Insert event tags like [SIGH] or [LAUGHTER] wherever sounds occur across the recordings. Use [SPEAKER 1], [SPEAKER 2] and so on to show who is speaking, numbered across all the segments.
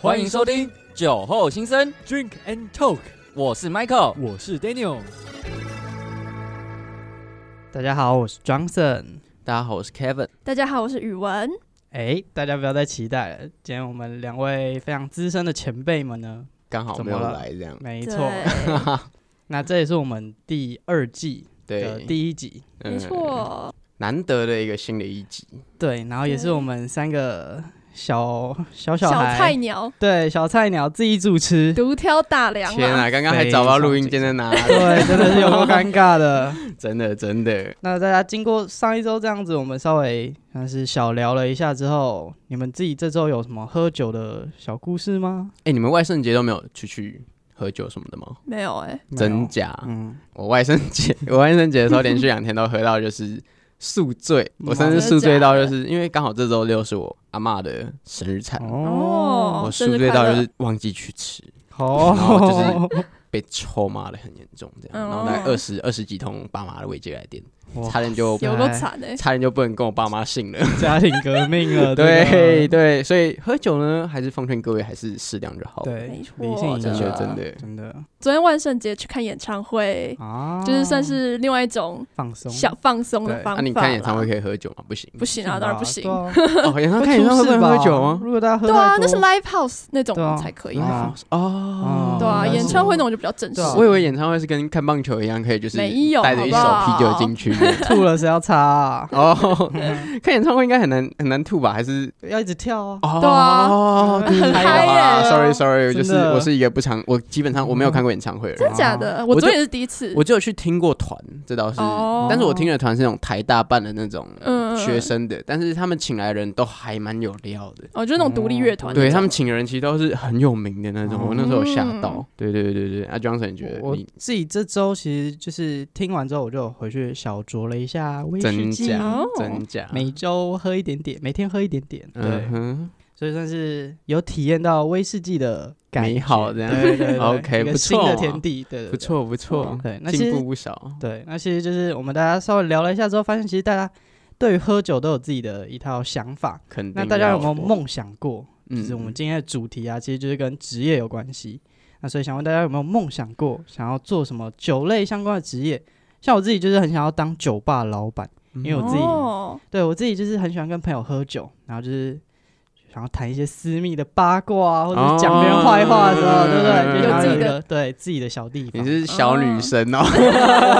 [SPEAKER 1] 欢迎收听酒后心声，
[SPEAKER 2] Drink and Talk，
[SPEAKER 1] 我是 Michael。
[SPEAKER 2] 我是 Daniel。
[SPEAKER 3] 大家好，我是 Johnson。
[SPEAKER 1] 大家好，我是 Kevin。
[SPEAKER 4] 大家好，我是宇文。
[SPEAKER 3] 哎，大家不要再期待了，今天我们两位非常资深的前辈们呢，
[SPEAKER 5] 刚好
[SPEAKER 3] 怎
[SPEAKER 5] 没
[SPEAKER 3] 么
[SPEAKER 5] 有
[SPEAKER 3] 了
[SPEAKER 5] 来这样。
[SPEAKER 3] 没
[SPEAKER 4] 对，
[SPEAKER 3] 错，那这也是我们第二季的
[SPEAKER 5] 对，
[SPEAKER 3] 呃第一集，
[SPEAKER 5] 嗯
[SPEAKER 4] 没，错，
[SPEAKER 5] 难得的一个新的一集，
[SPEAKER 3] 对，然后也是
[SPEAKER 4] 对
[SPEAKER 3] 我们三个小小小
[SPEAKER 4] 小
[SPEAKER 3] 孩，
[SPEAKER 4] 菜鸟
[SPEAKER 3] 对小菜鸟自己主持，
[SPEAKER 4] 独挑大梁
[SPEAKER 5] 天
[SPEAKER 4] 啊！
[SPEAKER 5] 啊，刚刚还找不到录音间在哪里，
[SPEAKER 3] 对，真的是有够尴尬的。 [LAUGHS]
[SPEAKER 5] [LAUGHS] 真的真的，
[SPEAKER 3] 那大家经过上一周这样子，我们稍微像是小聊了一下之后，你们自己这周有什么喝酒的小故事吗？
[SPEAKER 5] 哎，你们万圣节都没有出去喝酒什么的吗？
[SPEAKER 4] 没有哎、
[SPEAKER 3] 没有
[SPEAKER 5] 真假？
[SPEAKER 3] 嗯，
[SPEAKER 5] 我万圣节，我万圣节的时候连续两天都喝到就是宿醉，
[SPEAKER 3] 嗯
[SPEAKER 5] 我甚至宿醉到就是因为刚好这周六是我阿嬷的生日餐，
[SPEAKER 4] 哦
[SPEAKER 5] 我
[SPEAKER 4] 生日
[SPEAKER 5] 宿醉到
[SPEAKER 4] 快
[SPEAKER 5] 就
[SPEAKER 4] 乐
[SPEAKER 5] 是忘记去吃，然
[SPEAKER 3] 哦
[SPEAKER 5] 后，被臭骂的很严重，这样，
[SPEAKER 4] 嗯
[SPEAKER 5] 然后大概二十二十几通爸妈的未接来电，
[SPEAKER 3] 哇
[SPEAKER 5] 差点就
[SPEAKER 4] 有够惨哎！
[SPEAKER 5] 差点就不能跟我爸妈姓了。
[SPEAKER 3] 家庭革命了，
[SPEAKER 5] 对
[SPEAKER 3] 这个
[SPEAKER 5] 对，所以喝酒呢，还是奉劝各位还是适量就好。，
[SPEAKER 3] 对，
[SPEAKER 4] 没错
[SPEAKER 3] 理性饮
[SPEAKER 5] 真
[SPEAKER 3] 酒
[SPEAKER 5] 的真的
[SPEAKER 3] 真的
[SPEAKER 4] 昨天万圣节去看演唱会，
[SPEAKER 3] 啊，
[SPEAKER 4] 就是算是另外一种
[SPEAKER 3] 放松，
[SPEAKER 4] 小放松的
[SPEAKER 3] 对
[SPEAKER 5] 那
[SPEAKER 4] 方法啦。
[SPEAKER 5] 啊你看演唱会可以喝酒吗？不行，
[SPEAKER 4] 不行啊，当然不行。
[SPEAKER 3] 对啊
[SPEAKER 5] [LAUGHS] 哦，演唱
[SPEAKER 3] 会
[SPEAKER 5] 看演唱
[SPEAKER 3] 出
[SPEAKER 5] 会不
[SPEAKER 3] 事
[SPEAKER 5] 能
[SPEAKER 3] 吧
[SPEAKER 5] 喝酒吗？
[SPEAKER 3] 如果大家喝
[SPEAKER 4] 对啊
[SPEAKER 3] 太，多
[SPEAKER 4] 那是 live house 那种
[SPEAKER 3] 对啊
[SPEAKER 4] 才可以。
[SPEAKER 3] 啊
[SPEAKER 5] 哦
[SPEAKER 3] 嗯，
[SPEAKER 4] 对啊，
[SPEAKER 3] 但是
[SPEAKER 4] 演唱会那种就比较正式
[SPEAKER 3] 对。啊
[SPEAKER 5] 我以为演唱会是跟看棒球一样，可以就是
[SPEAKER 4] 没有
[SPEAKER 5] 带着一手
[SPEAKER 4] 好不好
[SPEAKER 5] 啤酒进去。
[SPEAKER 4] [LAUGHS]
[SPEAKER 3] 吐了谁要擦啊？
[SPEAKER 5] 哦，看演唱会应该很难很难吐吧？还是
[SPEAKER 3] 要一直跳啊，
[SPEAKER 5] 哦，
[SPEAKER 4] 对啊
[SPEAKER 5] 很
[SPEAKER 4] 嗨耶嗯
[SPEAKER 5] s o r r y Sorry，就是
[SPEAKER 3] 真的
[SPEAKER 5] 啊我是一个不常，我基本上我没有看过演唱会的人，
[SPEAKER 4] 真假的？我
[SPEAKER 5] 我
[SPEAKER 4] 昨天
[SPEAKER 5] 就
[SPEAKER 4] 也是第一次。
[SPEAKER 5] 我只有去听过团，这倒是
[SPEAKER 4] 哦
[SPEAKER 5] 但是我听的团是那种台大办的那种
[SPEAKER 4] 嗯嗯嗯
[SPEAKER 5] 学生的，但是他们请来的人都还蛮有料的。
[SPEAKER 4] 哦，就是那种独立乐团那种。
[SPEAKER 5] 对他们请的人其实都是很有名的那种，
[SPEAKER 3] 哦
[SPEAKER 5] 我那时候有吓到
[SPEAKER 4] 嗯。
[SPEAKER 5] 对对对对对，阿 Johnson 你觉得
[SPEAKER 3] 我我
[SPEAKER 5] 你
[SPEAKER 3] 自己这周其实就是听完之后，我就有回去小酌了一下威士
[SPEAKER 5] 真
[SPEAKER 3] 忌，
[SPEAKER 5] 假
[SPEAKER 4] 哦
[SPEAKER 5] 真假？
[SPEAKER 3] 每周喝一点点，每天喝一点点，对
[SPEAKER 5] 嗯，哼，
[SPEAKER 3] 所以算是有体验到威士忌的感觉
[SPEAKER 5] 美好这样
[SPEAKER 3] 对对对对
[SPEAKER 5] [LAUGHS] OK，
[SPEAKER 3] 一个
[SPEAKER 5] 不错
[SPEAKER 3] 新
[SPEAKER 5] 嘛
[SPEAKER 3] 的天地，对对对
[SPEAKER 5] 不。错啊不错，
[SPEAKER 3] 哦对，那其
[SPEAKER 5] 进
[SPEAKER 3] 实
[SPEAKER 5] 步不少。
[SPEAKER 3] 对，那其实就是我们大家稍微聊了一下之后，发现其实大家对于喝酒都有自己的一套想法。
[SPEAKER 5] 肯定。
[SPEAKER 3] 那大家有没有？梦想过？
[SPEAKER 5] 嗯
[SPEAKER 3] 就是我们今天的主题啊，其实就是跟职业有关系。那所以想问大家有没有梦想过想要做什么酒类相关的职业？像我自己就是很想要当酒吧老板，
[SPEAKER 5] 因
[SPEAKER 3] 因为我自己
[SPEAKER 4] 哦，
[SPEAKER 3] 对我自己就是很喜欢跟朋友喝酒，然后就是想要谈一些私密的八卦啊，或者是讲别人坏话的时候，
[SPEAKER 5] 哦
[SPEAKER 3] 对不对？就想要
[SPEAKER 4] 有自己
[SPEAKER 3] 一个
[SPEAKER 4] 的
[SPEAKER 3] 对自己的小地
[SPEAKER 5] 你
[SPEAKER 3] [LAUGHS] 方。
[SPEAKER 5] 是小女生哦， [LAUGHS]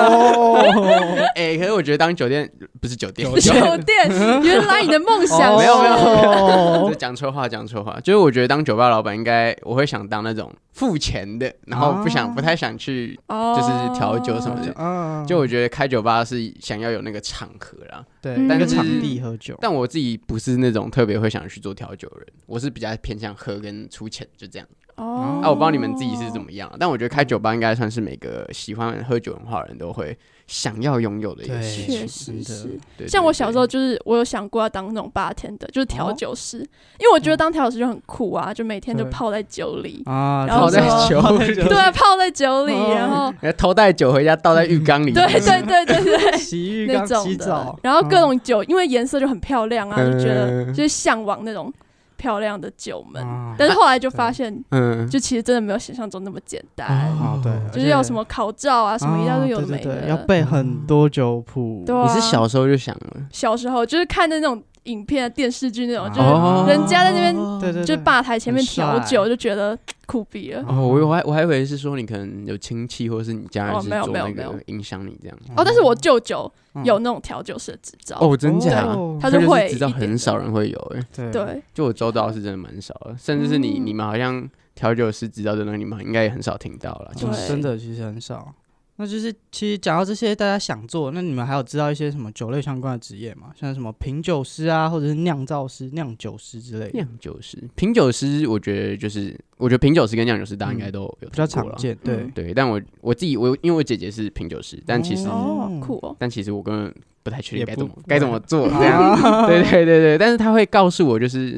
[SPEAKER 5] 哎，可是我觉得当酒店不是酒店，
[SPEAKER 3] 酒店
[SPEAKER 4] 酒
[SPEAKER 5] [LAUGHS]
[SPEAKER 4] 店，原来你的梦想
[SPEAKER 3] 哦
[SPEAKER 4] 是
[SPEAKER 5] 没有没有
[SPEAKER 3] 有
[SPEAKER 5] 这 [LAUGHS] 讲错话，讲错话。就是我觉得当酒吧老板应该，我会想当那种付钱的，然后不想、
[SPEAKER 3] 啊
[SPEAKER 5] 不太想去。
[SPEAKER 4] 哦
[SPEAKER 5] 就是调酒什么的
[SPEAKER 3] [LAUGHS] 啊
[SPEAKER 5] 就我觉得开酒吧是想要有那个场合啦，
[SPEAKER 3] 对，
[SPEAKER 4] 嗯
[SPEAKER 3] 一个
[SPEAKER 5] 但是
[SPEAKER 3] 场地喝酒，
[SPEAKER 5] 但我自己不是那种特别会想去做调酒的人，我是比较偏向喝跟出钱就这样。
[SPEAKER 4] 哦。
[SPEAKER 5] 啊，我不知道你们自己是怎么样啊，但我觉得开酒吧应该算是每个喜欢喝酒文化的人都会想要拥有的一个事情。
[SPEAKER 4] 确
[SPEAKER 3] 确
[SPEAKER 4] 实
[SPEAKER 3] 实
[SPEAKER 4] 是
[SPEAKER 3] 是。
[SPEAKER 5] 对哦
[SPEAKER 4] 像我小时候，
[SPEAKER 5] 对
[SPEAKER 4] 就是我有想过要当那种八天的，就是调酒师，因为我
[SPEAKER 5] 嗯
[SPEAKER 4] 觉得当调酒师就很酷啊，就每天就
[SPEAKER 3] 对
[SPEAKER 4] 泡在酒里，
[SPEAKER 5] 哦
[SPEAKER 3] 啊，
[SPEAKER 4] 然后
[SPEAKER 5] 泡在
[SPEAKER 4] 说
[SPEAKER 5] 酒里，
[SPEAKER 4] [LAUGHS] 对啊，泡在酒里，
[SPEAKER 5] 哦 [LAUGHS]
[SPEAKER 4] 然后
[SPEAKER 5] 然后偷带酒回家倒在浴缸里，
[SPEAKER 4] 对对对对对。
[SPEAKER 3] 洗浴
[SPEAKER 4] 那
[SPEAKER 3] 缸
[SPEAKER 4] 种
[SPEAKER 3] 洗
[SPEAKER 4] 的
[SPEAKER 5] 哦
[SPEAKER 3] 澡，，啊
[SPEAKER 4] 然后各种酒，因为颜色就很漂亮啊，
[SPEAKER 5] 嗯
[SPEAKER 4] 就觉得就是向往那种漂亮的酒门。
[SPEAKER 5] 哦
[SPEAKER 3] 啊
[SPEAKER 4] 但是后来就发现，
[SPEAKER 5] 嗯，
[SPEAKER 4] 就其实真的没有想象中那么简单，
[SPEAKER 3] 哦对，
[SPEAKER 4] 就是要什么考照啊，什么
[SPEAKER 5] 哦
[SPEAKER 4] 一大堆有的
[SPEAKER 3] 对
[SPEAKER 4] 没
[SPEAKER 3] 对对要
[SPEAKER 4] 的。
[SPEAKER 3] 背很多酒谱，
[SPEAKER 4] 对啊
[SPEAKER 5] 你是小时候就想了，
[SPEAKER 4] 小时候就是看的那种影片、啊电视剧那种，就
[SPEAKER 3] 哦
[SPEAKER 4] 是人家在那边
[SPEAKER 3] 对对，
[SPEAKER 4] 嗯就
[SPEAKER 3] 对
[SPEAKER 4] 吧台前面
[SPEAKER 3] 很
[SPEAKER 4] 调酒，
[SPEAKER 3] 帅
[SPEAKER 4] 就觉得酷毙了。
[SPEAKER 5] 哦，我我还我还以为是说你可能有亲戚或是你家人
[SPEAKER 4] 哦
[SPEAKER 5] 是
[SPEAKER 4] 没有
[SPEAKER 5] 做
[SPEAKER 4] 没有
[SPEAKER 5] 那
[SPEAKER 4] 没有
[SPEAKER 5] 个影响你这样。
[SPEAKER 4] 哦，但是我舅舅
[SPEAKER 3] 嗯
[SPEAKER 4] 有那种调酒师的执照。
[SPEAKER 5] 哦，真假？
[SPEAKER 3] 哦
[SPEAKER 4] 他
[SPEAKER 5] 这
[SPEAKER 4] 是
[SPEAKER 5] 就
[SPEAKER 4] 会
[SPEAKER 5] 知道
[SPEAKER 4] 一点
[SPEAKER 5] 很
[SPEAKER 4] 的
[SPEAKER 5] 少人会有哎、
[SPEAKER 3] 对
[SPEAKER 4] 对，
[SPEAKER 5] 就我周到是真的蛮少的，甚至是你
[SPEAKER 4] 嗯
[SPEAKER 5] 你们好像调酒师执照的那你们应该也很少听到了。
[SPEAKER 4] 对
[SPEAKER 3] 就是真的其实很少。那就是其实讲到这些大家想做，那你们还有知道一些什么酒类相关的职业吗？像什么品酒师啊，或者是酿造师、酿酒师之类的，
[SPEAKER 5] 酿酒师、品酒师，我觉得就是我觉得品酒师跟酿酒师大家应该都有
[SPEAKER 3] 嗯比较
[SPEAKER 5] 听过
[SPEAKER 3] 常
[SPEAKER 5] 啦。
[SPEAKER 3] 见。对
[SPEAKER 4] 嗯，
[SPEAKER 5] 对，但我我自己我因为我姐姐是品酒师，但其实、
[SPEAKER 4] 哦，酷哦，
[SPEAKER 5] 但其实我根本不太确定
[SPEAKER 3] 也
[SPEAKER 5] 该
[SPEAKER 3] 不
[SPEAKER 5] 怎么该怎么做
[SPEAKER 3] [LAUGHS]
[SPEAKER 5] 这样。 [LAUGHS]
[SPEAKER 3] 啊
[SPEAKER 5] 对对对对，但是他会告诉我，就是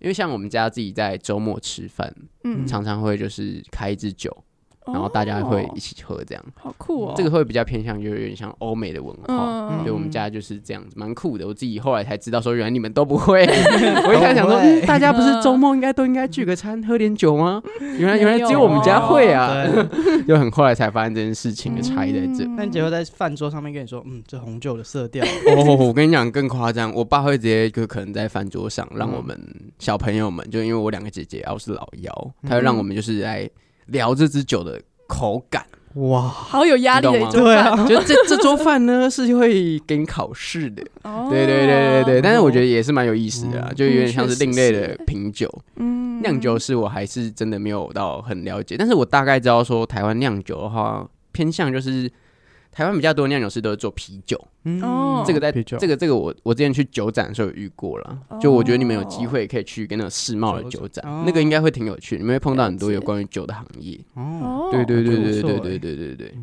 [SPEAKER 5] 因为像我们家自己在周末吃饭，
[SPEAKER 4] 嗯，
[SPEAKER 5] 常常会就是开一支酒，嗯然后大家会
[SPEAKER 4] 哦
[SPEAKER 5] 一起喝这样。
[SPEAKER 4] 好酷哦，
[SPEAKER 5] 这个会比较偏向，就有点像欧美的文化。
[SPEAKER 4] 嗯
[SPEAKER 5] 对，我们
[SPEAKER 3] 嗯
[SPEAKER 5] 家就是这样子，蛮酷的。我自己后来才知道，说原来你们都不会。我一开始想说，
[SPEAKER 3] 都不会
[SPEAKER 5] 嗯大家不是周末应该都应该聚个餐喝点酒吗？原来原来
[SPEAKER 4] 没有
[SPEAKER 5] 只有我们家会啊！
[SPEAKER 3] 哦对，
[SPEAKER 5] 就很后来才发现这件事情的差异在这。
[SPEAKER 3] 但
[SPEAKER 4] 嗯
[SPEAKER 3] 姐会在饭桌上面跟你说，嗯，这红酒的色
[SPEAKER 5] [LAUGHS]
[SPEAKER 3] 调，
[SPEAKER 5] 哦，我跟你讲更夸张，我爸会直接就可能在饭桌上让我们小朋友们，就因为我两个姐姐，然后是老幺，他会让我们就是来聊这支酒的口感。
[SPEAKER 3] 哇，
[SPEAKER 4] 好有压力的一种哦
[SPEAKER 3] 对啊，
[SPEAKER 5] 就 [LAUGHS]
[SPEAKER 4] [LAUGHS]
[SPEAKER 5] 这这桌饭呢是会给你考试的，
[SPEAKER 4] 哦，
[SPEAKER 5] 对对对对对，但是我觉得也是蛮有意思的啦，就有点像是另类
[SPEAKER 4] 确实
[SPEAKER 5] 的
[SPEAKER 4] 是
[SPEAKER 5] 品酒。
[SPEAKER 4] 嗯
[SPEAKER 5] 酿酒是我还是真的没有到很了解，但是我大概知道说台湾酿酒的话，偏向就是台湾比较多酿酒师都是做啤酒，
[SPEAKER 3] 嗯
[SPEAKER 4] 哦
[SPEAKER 5] 这个在
[SPEAKER 3] 啤酒
[SPEAKER 5] 这个这个我我之前去酒展的时候有遇过啦，
[SPEAKER 4] 哦
[SPEAKER 5] 就我觉得你们有机会可以去跟那个世贸的酒
[SPEAKER 3] 酒
[SPEAKER 5] 展
[SPEAKER 3] 展哦，
[SPEAKER 5] 那个应该会挺有趣，你们会碰到很多
[SPEAKER 4] 哦了解
[SPEAKER 5] 有关于酒的行业。嗯
[SPEAKER 3] 哦，
[SPEAKER 4] 哦，
[SPEAKER 5] 对对对
[SPEAKER 3] 不
[SPEAKER 5] 对
[SPEAKER 3] 错
[SPEAKER 5] 对
[SPEAKER 3] 欸
[SPEAKER 5] 对对对对，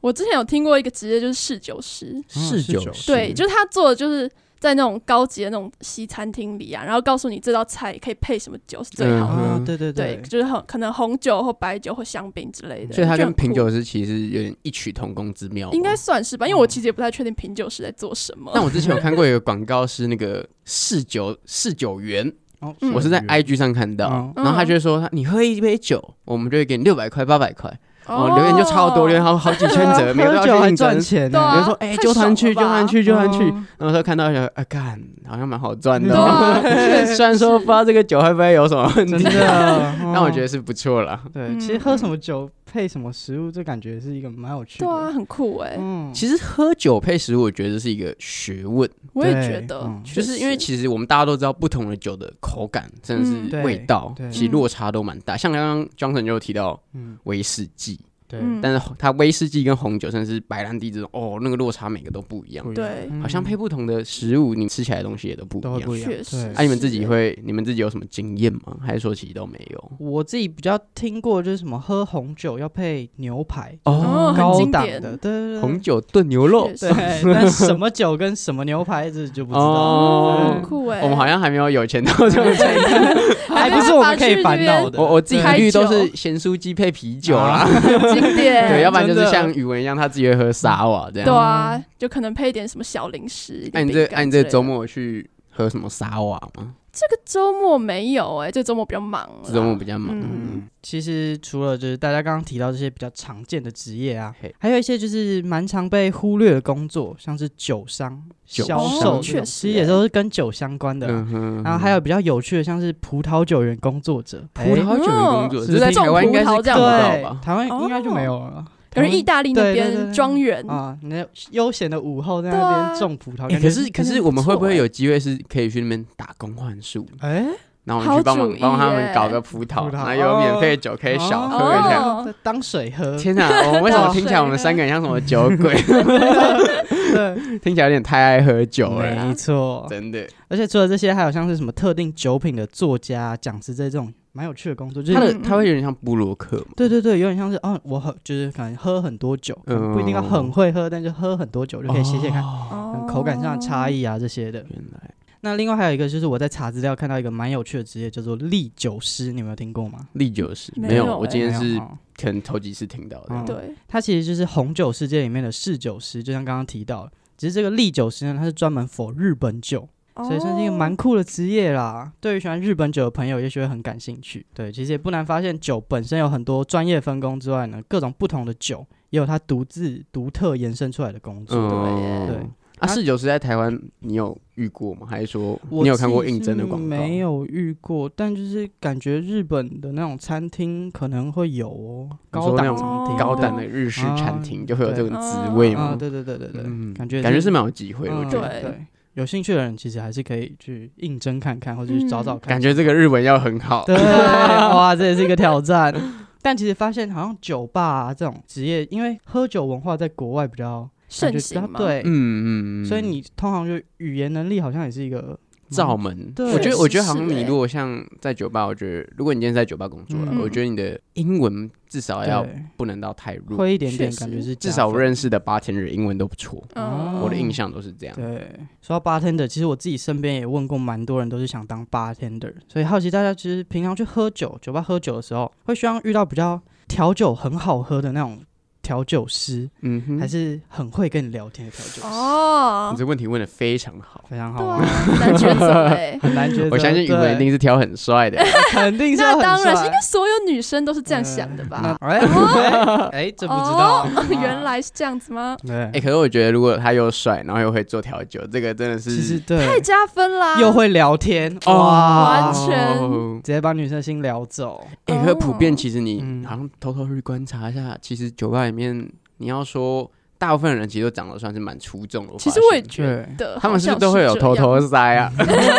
[SPEAKER 4] 我之前有听过一个职业就是侍酒师，
[SPEAKER 1] 侍
[SPEAKER 5] 嗯
[SPEAKER 3] 侍
[SPEAKER 1] 酒
[SPEAKER 3] 酒
[SPEAKER 1] 师
[SPEAKER 4] 对，就是他做的就是在那种高级的那种西餐厅里啊，然后告诉你这道菜可以配什么酒是最好的，
[SPEAKER 3] 啊，
[SPEAKER 5] 嗯
[SPEAKER 3] 对对
[SPEAKER 4] 对，就是很可能红酒或白酒或香槟之类的，
[SPEAKER 5] 所以它
[SPEAKER 4] 就
[SPEAKER 5] 跟
[SPEAKER 4] 很
[SPEAKER 5] 品
[SPEAKER 4] 酷
[SPEAKER 5] 酒师其实有点异曲同工之妙哦。
[SPEAKER 4] 应该算是吧，因为我其实也不太确定品酒师在做什么。
[SPEAKER 5] 但我之前有看过一个广告是那个侍酒侍酒员，
[SPEAKER 3] 哦
[SPEAKER 4] 嗯
[SPEAKER 5] 我是在 IG 上看到，
[SPEAKER 3] 嗯
[SPEAKER 5] 然后他就会说你喝一杯酒，我们就会给你六百块八百块，哦，留言就超多，留言好好几千
[SPEAKER 3] [LAUGHS]
[SPEAKER 5] 则，每个都
[SPEAKER 3] 喝
[SPEAKER 5] 要
[SPEAKER 3] 酒
[SPEAKER 5] 去
[SPEAKER 3] 还
[SPEAKER 5] 应
[SPEAKER 3] 赚
[SPEAKER 5] 征。
[SPEAKER 3] 钱欸
[SPEAKER 4] 对啊
[SPEAKER 5] 比
[SPEAKER 3] 呢，
[SPEAKER 5] 如说，哎、
[SPEAKER 4] 太
[SPEAKER 5] 纠团去，纠
[SPEAKER 4] 爽了吧嗯
[SPEAKER 5] 团去，纠团去。
[SPEAKER 3] 哦
[SPEAKER 5] 然后说看到想，啊，干，好像蛮好赚的
[SPEAKER 4] 对
[SPEAKER 5] 哦。
[SPEAKER 4] 啊，
[SPEAKER 5] [LAUGHS]
[SPEAKER 4] 确实
[SPEAKER 5] 虽然说不知道这个酒会不会有什么问
[SPEAKER 3] 真
[SPEAKER 5] 题， [LAUGHS]
[SPEAKER 3] 的，啊
[SPEAKER 5] 但我觉得
[SPEAKER 3] 得
[SPEAKER 5] 是不错
[SPEAKER 4] 嗯
[SPEAKER 5] 啦。
[SPEAKER 3] 对，其实喝什么酒配什么食物，这感觉是一个蛮有趣的，
[SPEAKER 4] 对啊，，很酷哎，
[SPEAKER 3] 嗯，
[SPEAKER 5] 其实喝酒配食物，我觉得是一个学问，
[SPEAKER 4] 我也
[SPEAKER 3] 对
[SPEAKER 4] 觉得
[SPEAKER 3] 嗯，
[SPEAKER 5] 就
[SPEAKER 4] 确
[SPEAKER 5] 是因为
[SPEAKER 4] 实
[SPEAKER 5] 其实我们大家都知道，不同的酒的口感甚
[SPEAKER 4] 嗯
[SPEAKER 5] 至是
[SPEAKER 3] 对
[SPEAKER 5] 味道
[SPEAKER 3] 对，
[SPEAKER 5] 其实落差都蛮大。像刚刚 Johnson 就有提到
[SPEAKER 3] 嗯，
[SPEAKER 5] 威士忌，
[SPEAKER 3] 对，
[SPEAKER 4] 嗯
[SPEAKER 5] 但是它威士忌跟红酒，甚至是白兰地这种，哦，那个落差每个都不一样
[SPEAKER 3] 不，一样
[SPEAKER 4] 对
[SPEAKER 3] 嗯
[SPEAKER 5] 好像配不同的食物，你吃起来的东西也都不
[SPEAKER 3] 都会
[SPEAKER 5] 一样
[SPEAKER 3] 不。一样，
[SPEAKER 4] 确实
[SPEAKER 3] 对
[SPEAKER 5] 啊，你们自
[SPEAKER 4] 是
[SPEAKER 5] 己
[SPEAKER 4] 欸
[SPEAKER 5] 会，你们自己有什么经验吗？还是说其实都没有？
[SPEAKER 3] 我自己比较听过就是什么喝红酒要配牛排，
[SPEAKER 4] 哦很
[SPEAKER 3] 高
[SPEAKER 4] 经
[SPEAKER 3] 档
[SPEAKER 4] 典
[SPEAKER 3] 的，对对对，
[SPEAKER 5] 红酒炖牛肉
[SPEAKER 4] 确，
[SPEAKER 5] [LAUGHS]
[SPEAKER 4] 实
[SPEAKER 3] 对，但什么酒跟什么牛排这就不知道，
[SPEAKER 4] 哦，
[SPEAKER 5] 哦
[SPEAKER 4] 很酷哎，
[SPEAKER 5] 我们好像还没有有钱 [LAUGHS] 到这种程度。
[SPEAKER 3] 还不是我们可以烦恼的。
[SPEAKER 5] [LAUGHS] 我我自己
[SPEAKER 4] 开
[SPEAKER 5] 一律都是
[SPEAKER 4] 酒
[SPEAKER 5] 咸酥鸡配啤酒啦，
[SPEAKER 4] 经
[SPEAKER 5] [LAUGHS]
[SPEAKER 4] 典，
[SPEAKER 5] 对，要不然就是
[SPEAKER 3] 哦真的
[SPEAKER 5] 像宇文一样，他自己会喝沙瓦这
[SPEAKER 4] 对
[SPEAKER 5] 样。
[SPEAKER 4] 啊，就可能配一点什么小零食。
[SPEAKER 5] 那啊
[SPEAKER 4] 一点
[SPEAKER 5] 你这
[SPEAKER 4] 饼干
[SPEAKER 5] 那你
[SPEAKER 4] 之
[SPEAKER 5] 这
[SPEAKER 4] 类的
[SPEAKER 5] 周末有去喝什么沙瓦吗？
[SPEAKER 4] 这周末没有哎，这周末比较忙啦。
[SPEAKER 5] 这周末比较忙，
[SPEAKER 4] 嗯，
[SPEAKER 3] 其实除了就是大家刚刚提到这些比较常见的职业啊
[SPEAKER 5] 嘿，
[SPEAKER 3] 还有一些就是蛮常被忽略的工作，像是酒商、
[SPEAKER 5] 酒
[SPEAKER 3] 销
[SPEAKER 5] 商
[SPEAKER 3] 售
[SPEAKER 5] 哦
[SPEAKER 3] 这
[SPEAKER 4] 确
[SPEAKER 3] 种，
[SPEAKER 4] 实
[SPEAKER 3] 其实也都是跟酒相关的啦。
[SPEAKER 5] 嗯哼
[SPEAKER 3] 然后还有比较有趣的，像是葡萄酒园工作者，
[SPEAKER 5] 葡
[SPEAKER 3] 哎
[SPEAKER 5] 萄酒的工
[SPEAKER 3] 嗯
[SPEAKER 5] 作，这在台湾应该哦是看不到
[SPEAKER 3] 对
[SPEAKER 5] 吧，？
[SPEAKER 3] 台湾应该就没有了。
[SPEAKER 4] 可是意大利那
[SPEAKER 3] 对对对
[SPEAKER 4] 边
[SPEAKER 3] 对
[SPEAKER 4] 庄园
[SPEAKER 3] 啊，那悠闲的午后在
[SPEAKER 4] 对
[SPEAKER 3] 那
[SPEAKER 4] 啊
[SPEAKER 3] 边种葡萄，
[SPEAKER 5] 哎
[SPEAKER 3] 感觉
[SPEAKER 5] 可是可是我们会不
[SPEAKER 4] 感觉不错欸
[SPEAKER 5] 会有机会是可以去那边打工换宿？
[SPEAKER 3] 哎，
[SPEAKER 5] 然后我们去帮
[SPEAKER 4] 好主
[SPEAKER 5] 忙
[SPEAKER 4] 意
[SPEAKER 5] 帮他们
[SPEAKER 4] 耶
[SPEAKER 5] 搞个葡萄，
[SPEAKER 3] 葡萄
[SPEAKER 5] 然后有免费的酒可以小喝一下。
[SPEAKER 4] 哦
[SPEAKER 3] 当水喝，
[SPEAKER 5] 天哪，我们为什么听起来我们三个人像什么酒鬼？ [LAUGHS] 听起来有点太爱喝酒了，
[SPEAKER 3] 没错。
[SPEAKER 5] 真的。
[SPEAKER 3] 而且除了这些，还有像是什么特定酒品的作家、讲师这种蛮有趣的工作，就是
[SPEAKER 5] 他的
[SPEAKER 4] 嗯
[SPEAKER 5] 他会有点像布洛克嘛，
[SPEAKER 3] 对对对，有点像是哦，我很就是可能喝很多酒，可能不一定要很会喝，但就喝很多酒就可以写写看，
[SPEAKER 5] 嗯哦
[SPEAKER 3] 可能口感上的差异啊这些的。
[SPEAKER 5] 原来
[SPEAKER 3] 那另外还有一个就是我在查资料看到一个蛮有趣的职业，叫做立酒师，你有没有听过吗？
[SPEAKER 5] 历酒师
[SPEAKER 4] 没
[SPEAKER 5] 没有，
[SPEAKER 4] 有
[SPEAKER 5] 我
[SPEAKER 4] 欸
[SPEAKER 5] 今天
[SPEAKER 3] 没
[SPEAKER 5] 是
[SPEAKER 3] 有哦
[SPEAKER 5] 可能头几次听到的
[SPEAKER 3] 嗯。
[SPEAKER 4] 对，
[SPEAKER 3] 它其实就是红酒世界里面的侍酒师，就像刚刚提到的，只是这个立酒师呢，它是专门否日本酒，所以算是一个
[SPEAKER 4] 哦
[SPEAKER 3] 蛮酷的职业啦。对于喜欢日本酒的朋友，也许会很感兴趣。对，其实也不难发现，酒本身有很多专业分工之外呢，各种不同的酒也有它独自独特延伸出来的工作。
[SPEAKER 5] 嗯，
[SPEAKER 3] 对。
[SPEAKER 5] 啊，侍酒师在台湾你有遇过吗？还是说
[SPEAKER 3] 我
[SPEAKER 5] 你有看过
[SPEAKER 3] 自己
[SPEAKER 5] 应征的
[SPEAKER 3] 是
[SPEAKER 5] 广告？
[SPEAKER 3] 没。有遇过，但就是感觉日本的那种餐厅可能会有哦，
[SPEAKER 5] 你
[SPEAKER 3] 高
[SPEAKER 5] 说那
[SPEAKER 3] 档
[SPEAKER 5] 种
[SPEAKER 3] 餐厅，
[SPEAKER 5] 高档的日式餐厅就会有这种滋味
[SPEAKER 3] 啊，
[SPEAKER 5] 吗？
[SPEAKER 3] 对对对对对，
[SPEAKER 5] 嗯
[SPEAKER 3] 感觉
[SPEAKER 5] 感觉是
[SPEAKER 3] 蛮。
[SPEAKER 5] 蛮有机会的，我
[SPEAKER 3] 嗯
[SPEAKER 5] 觉
[SPEAKER 4] 对
[SPEAKER 5] 得。
[SPEAKER 3] 对，有兴趣的人其实还是可以去应征看看，或者去找找看。
[SPEAKER 5] 嗯感觉这个日文要很好。
[SPEAKER 3] [LAUGHS] 对，哇，这也是一个挑战。但其实发现好像酒吧、啊、这种职业，因为喝酒文化在国外比较感觉
[SPEAKER 4] 盛
[SPEAKER 3] 比较
[SPEAKER 4] 行嘛，，
[SPEAKER 3] 对，
[SPEAKER 5] 嗯
[SPEAKER 3] 所以你通常就语言能力好像也是一个
[SPEAKER 5] 罩门，
[SPEAKER 3] 对
[SPEAKER 5] 我觉得我觉得
[SPEAKER 4] 是
[SPEAKER 5] 好像
[SPEAKER 4] 是
[SPEAKER 5] 你
[SPEAKER 4] 欸
[SPEAKER 5] 如果像在酒吧，我觉得如果你今天在酒吧工作了，
[SPEAKER 3] 嗯
[SPEAKER 5] 我觉得你的英文至少要
[SPEAKER 3] 对
[SPEAKER 5] 不能到太弱，
[SPEAKER 3] 会一点点，
[SPEAKER 4] 确
[SPEAKER 3] 感觉
[SPEAKER 4] 实
[SPEAKER 3] 是
[SPEAKER 5] 至
[SPEAKER 3] 加
[SPEAKER 5] 少我
[SPEAKER 3] 分
[SPEAKER 5] 认识的八天日英文都不错，
[SPEAKER 4] 嗯，
[SPEAKER 5] 我的印象都是这样。
[SPEAKER 3] 对，说到 bartender，其实我自己身边也问过蛮多人，都是想当 bartender，所以好奇大家其实平常去喝酒，酒吧喝酒的时候，会希望遇到比较调酒很好喝的那种调酒师，
[SPEAKER 5] 嗯哼，
[SPEAKER 3] 还是很会跟你聊天的调酒师，
[SPEAKER 5] 你
[SPEAKER 4] 哦，
[SPEAKER 5] 这问题问的非常好。
[SPEAKER 3] 非常
[SPEAKER 4] 对
[SPEAKER 3] 好
[SPEAKER 4] 啊
[SPEAKER 3] 玩，，。
[SPEAKER 4] 难抉择哎
[SPEAKER 3] [LAUGHS] 很难觉得。
[SPEAKER 5] 我相信宇文一定
[SPEAKER 3] 对
[SPEAKER 5] 是挑很帅的， [LAUGHS] 欸
[SPEAKER 3] 肯定是
[SPEAKER 4] 那
[SPEAKER 3] 很
[SPEAKER 4] 当然是，
[SPEAKER 3] 帅
[SPEAKER 4] 应该所有女生都是这样想的
[SPEAKER 5] 啊
[SPEAKER 4] 吧？
[SPEAKER 3] 那哎哎 [LAUGHS] 哎，这不知道， [LAUGHS]
[SPEAKER 4] 哦 [LAUGHS] 原来是这样子吗？
[SPEAKER 3] 对
[SPEAKER 5] 哎、，可是我觉得如果他又帅，然后又会做调酒，这个真的是
[SPEAKER 3] 其实对，
[SPEAKER 4] 太加分啦！
[SPEAKER 3] 又会啊聊天
[SPEAKER 5] 哦
[SPEAKER 3] 哇，
[SPEAKER 4] 完全哦
[SPEAKER 3] 直接把女生心聊走。
[SPEAKER 5] 哎、可是普遍其实你
[SPEAKER 3] 嗯
[SPEAKER 5] 好像偷偷去观察一下，其实酒吧里面你要说大部分人其实都长得算是蛮出众的。
[SPEAKER 4] 其实
[SPEAKER 5] 发现
[SPEAKER 4] 我也觉得，
[SPEAKER 5] 他们是不
[SPEAKER 4] 好像
[SPEAKER 5] 是都会有
[SPEAKER 4] 这
[SPEAKER 5] 偷
[SPEAKER 4] 样
[SPEAKER 5] 偷塞
[SPEAKER 4] [LAUGHS]
[SPEAKER 5] 啊？
[SPEAKER 3] 哎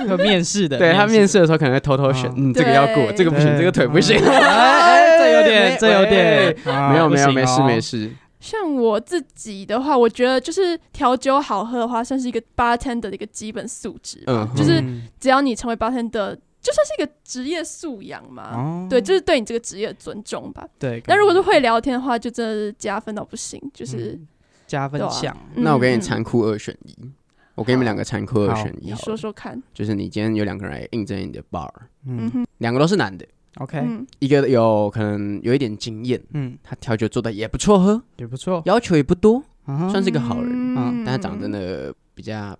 [SPEAKER 3] 呦，有面试的，
[SPEAKER 5] 对他面试的时候可能会偷偷
[SPEAKER 3] 啊
[SPEAKER 5] 选，嗯，这个要过，
[SPEAKER 4] 对嗯
[SPEAKER 5] 这个不行，
[SPEAKER 3] 对
[SPEAKER 5] 这个腿不行。
[SPEAKER 4] [LAUGHS]
[SPEAKER 3] 哎哎，这有点，
[SPEAKER 5] [LAUGHS] 喂
[SPEAKER 3] 这有点，啊
[SPEAKER 5] 没有没有，没
[SPEAKER 3] 没
[SPEAKER 4] 哦
[SPEAKER 5] 事没
[SPEAKER 3] 事，
[SPEAKER 5] 事。
[SPEAKER 4] 像我自己的话，我觉得就是调酒好喝的话，算是一个 bartender 的一个基本素质。
[SPEAKER 5] 嗯，
[SPEAKER 4] 就是
[SPEAKER 3] 嗯
[SPEAKER 4] 只要你成为 bartender，就算是一个职业素养嘛。
[SPEAKER 3] 哦
[SPEAKER 4] 对，就是对你这个职业的尊重吧。
[SPEAKER 3] 对。
[SPEAKER 4] 那如果是会聊天的话，就真的是加分到不行。就是、
[SPEAKER 3] 嗯加分
[SPEAKER 4] 对啊
[SPEAKER 3] 项，
[SPEAKER 5] 那我给
[SPEAKER 4] 嗯
[SPEAKER 5] 你残酷二选一，我给你们两个残酷二
[SPEAKER 3] 好
[SPEAKER 5] 选一
[SPEAKER 4] 你
[SPEAKER 5] 好
[SPEAKER 4] 说
[SPEAKER 5] 了，
[SPEAKER 4] 说看。
[SPEAKER 5] 就是你今天有两个人来应征你的 bar，
[SPEAKER 4] 嗯
[SPEAKER 3] 嗯
[SPEAKER 4] 哼，
[SPEAKER 5] 两个都是男的，
[SPEAKER 3] ，OK，
[SPEAKER 4] 嗯，
[SPEAKER 5] 一个有可能有一点经验，
[SPEAKER 3] 嗯，
[SPEAKER 5] 他调酒做的也不错喝，
[SPEAKER 3] 也不错，
[SPEAKER 5] 要求也不多，
[SPEAKER 3] 啊
[SPEAKER 5] 算是一个好人，啊
[SPEAKER 3] 嗯
[SPEAKER 5] 但他长得真
[SPEAKER 4] 的
[SPEAKER 5] 的比较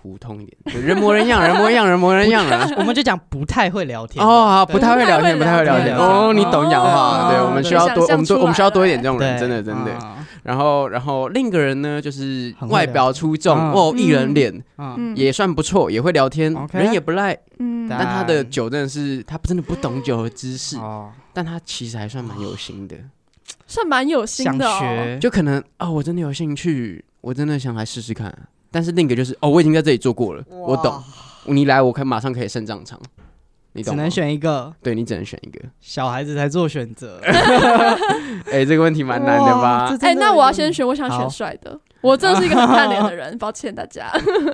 [SPEAKER 5] 普通一点，就人模人样，人模人样，人模人样啊。
[SPEAKER 3] 我们就讲不太会聊天的
[SPEAKER 5] 哦，好，不太会
[SPEAKER 4] 不太
[SPEAKER 5] 聊
[SPEAKER 4] 会
[SPEAKER 5] 天，不太会
[SPEAKER 4] 聊
[SPEAKER 5] 聊
[SPEAKER 3] 天
[SPEAKER 5] 天。哦，你懂讲
[SPEAKER 3] 哦
[SPEAKER 5] 话，对，我们
[SPEAKER 3] 对
[SPEAKER 5] 需要
[SPEAKER 4] 想
[SPEAKER 5] 多，我
[SPEAKER 4] 象
[SPEAKER 5] 们多，
[SPEAKER 4] 出
[SPEAKER 5] 我们需要
[SPEAKER 4] 来
[SPEAKER 5] 多一点
[SPEAKER 4] 了
[SPEAKER 5] 这种人，
[SPEAKER 3] 对
[SPEAKER 5] 真的，真的。
[SPEAKER 3] 啊
[SPEAKER 5] 然后，然后另一个人呢，就是
[SPEAKER 3] 很会
[SPEAKER 5] 外
[SPEAKER 3] 聊
[SPEAKER 5] 表出众，
[SPEAKER 3] 嗯
[SPEAKER 5] 哦，艺人
[SPEAKER 4] 嗯
[SPEAKER 5] 脸
[SPEAKER 3] 啊
[SPEAKER 5] 也算不错，也会聊天，
[SPEAKER 3] OK
[SPEAKER 5] 人也不赖，
[SPEAKER 4] 嗯
[SPEAKER 3] 大
[SPEAKER 5] 但他的
[SPEAKER 3] 但
[SPEAKER 5] 酒真的是，他真的不懂酒的知识，
[SPEAKER 3] 哦，
[SPEAKER 5] 但他其实还算蛮有心的，
[SPEAKER 4] 算蛮有心
[SPEAKER 3] 想
[SPEAKER 4] 的哦。
[SPEAKER 3] 学
[SPEAKER 5] 就可能啊，我真的有兴趣，我真的想来试试看。但是另一个就是，哦，我已经在这里做过了，我懂，你来，我可以马上可以胜战场，你
[SPEAKER 3] 只
[SPEAKER 5] 懂吗？
[SPEAKER 3] 能选一个，
[SPEAKER 5] 对你只能选一个。 [LAUGHS]
[SPEAKER 3] 小孩子才做选 [LAUGHS] 择，
[SPEAKER 5] 哎、这个问题蛮难的
[SPEAKER 3] 哇
[SPEAKER 5] 吧？
[SPEAKER 3] 这
[SPEAKER 4] 哎、
[SPEAKER 3] 真的
[SPEAKER 4] 那
[SPEAKER 3] 有
[SPEAKER 4] 我要先选，我想
[SPEAKER 3] 好
[SPEAKER 4] 选帅的。我真的是一个很看脸
[SPEAKER 5] [LAUGHS]
[SPEAKER 4] 的人，抱歉大家。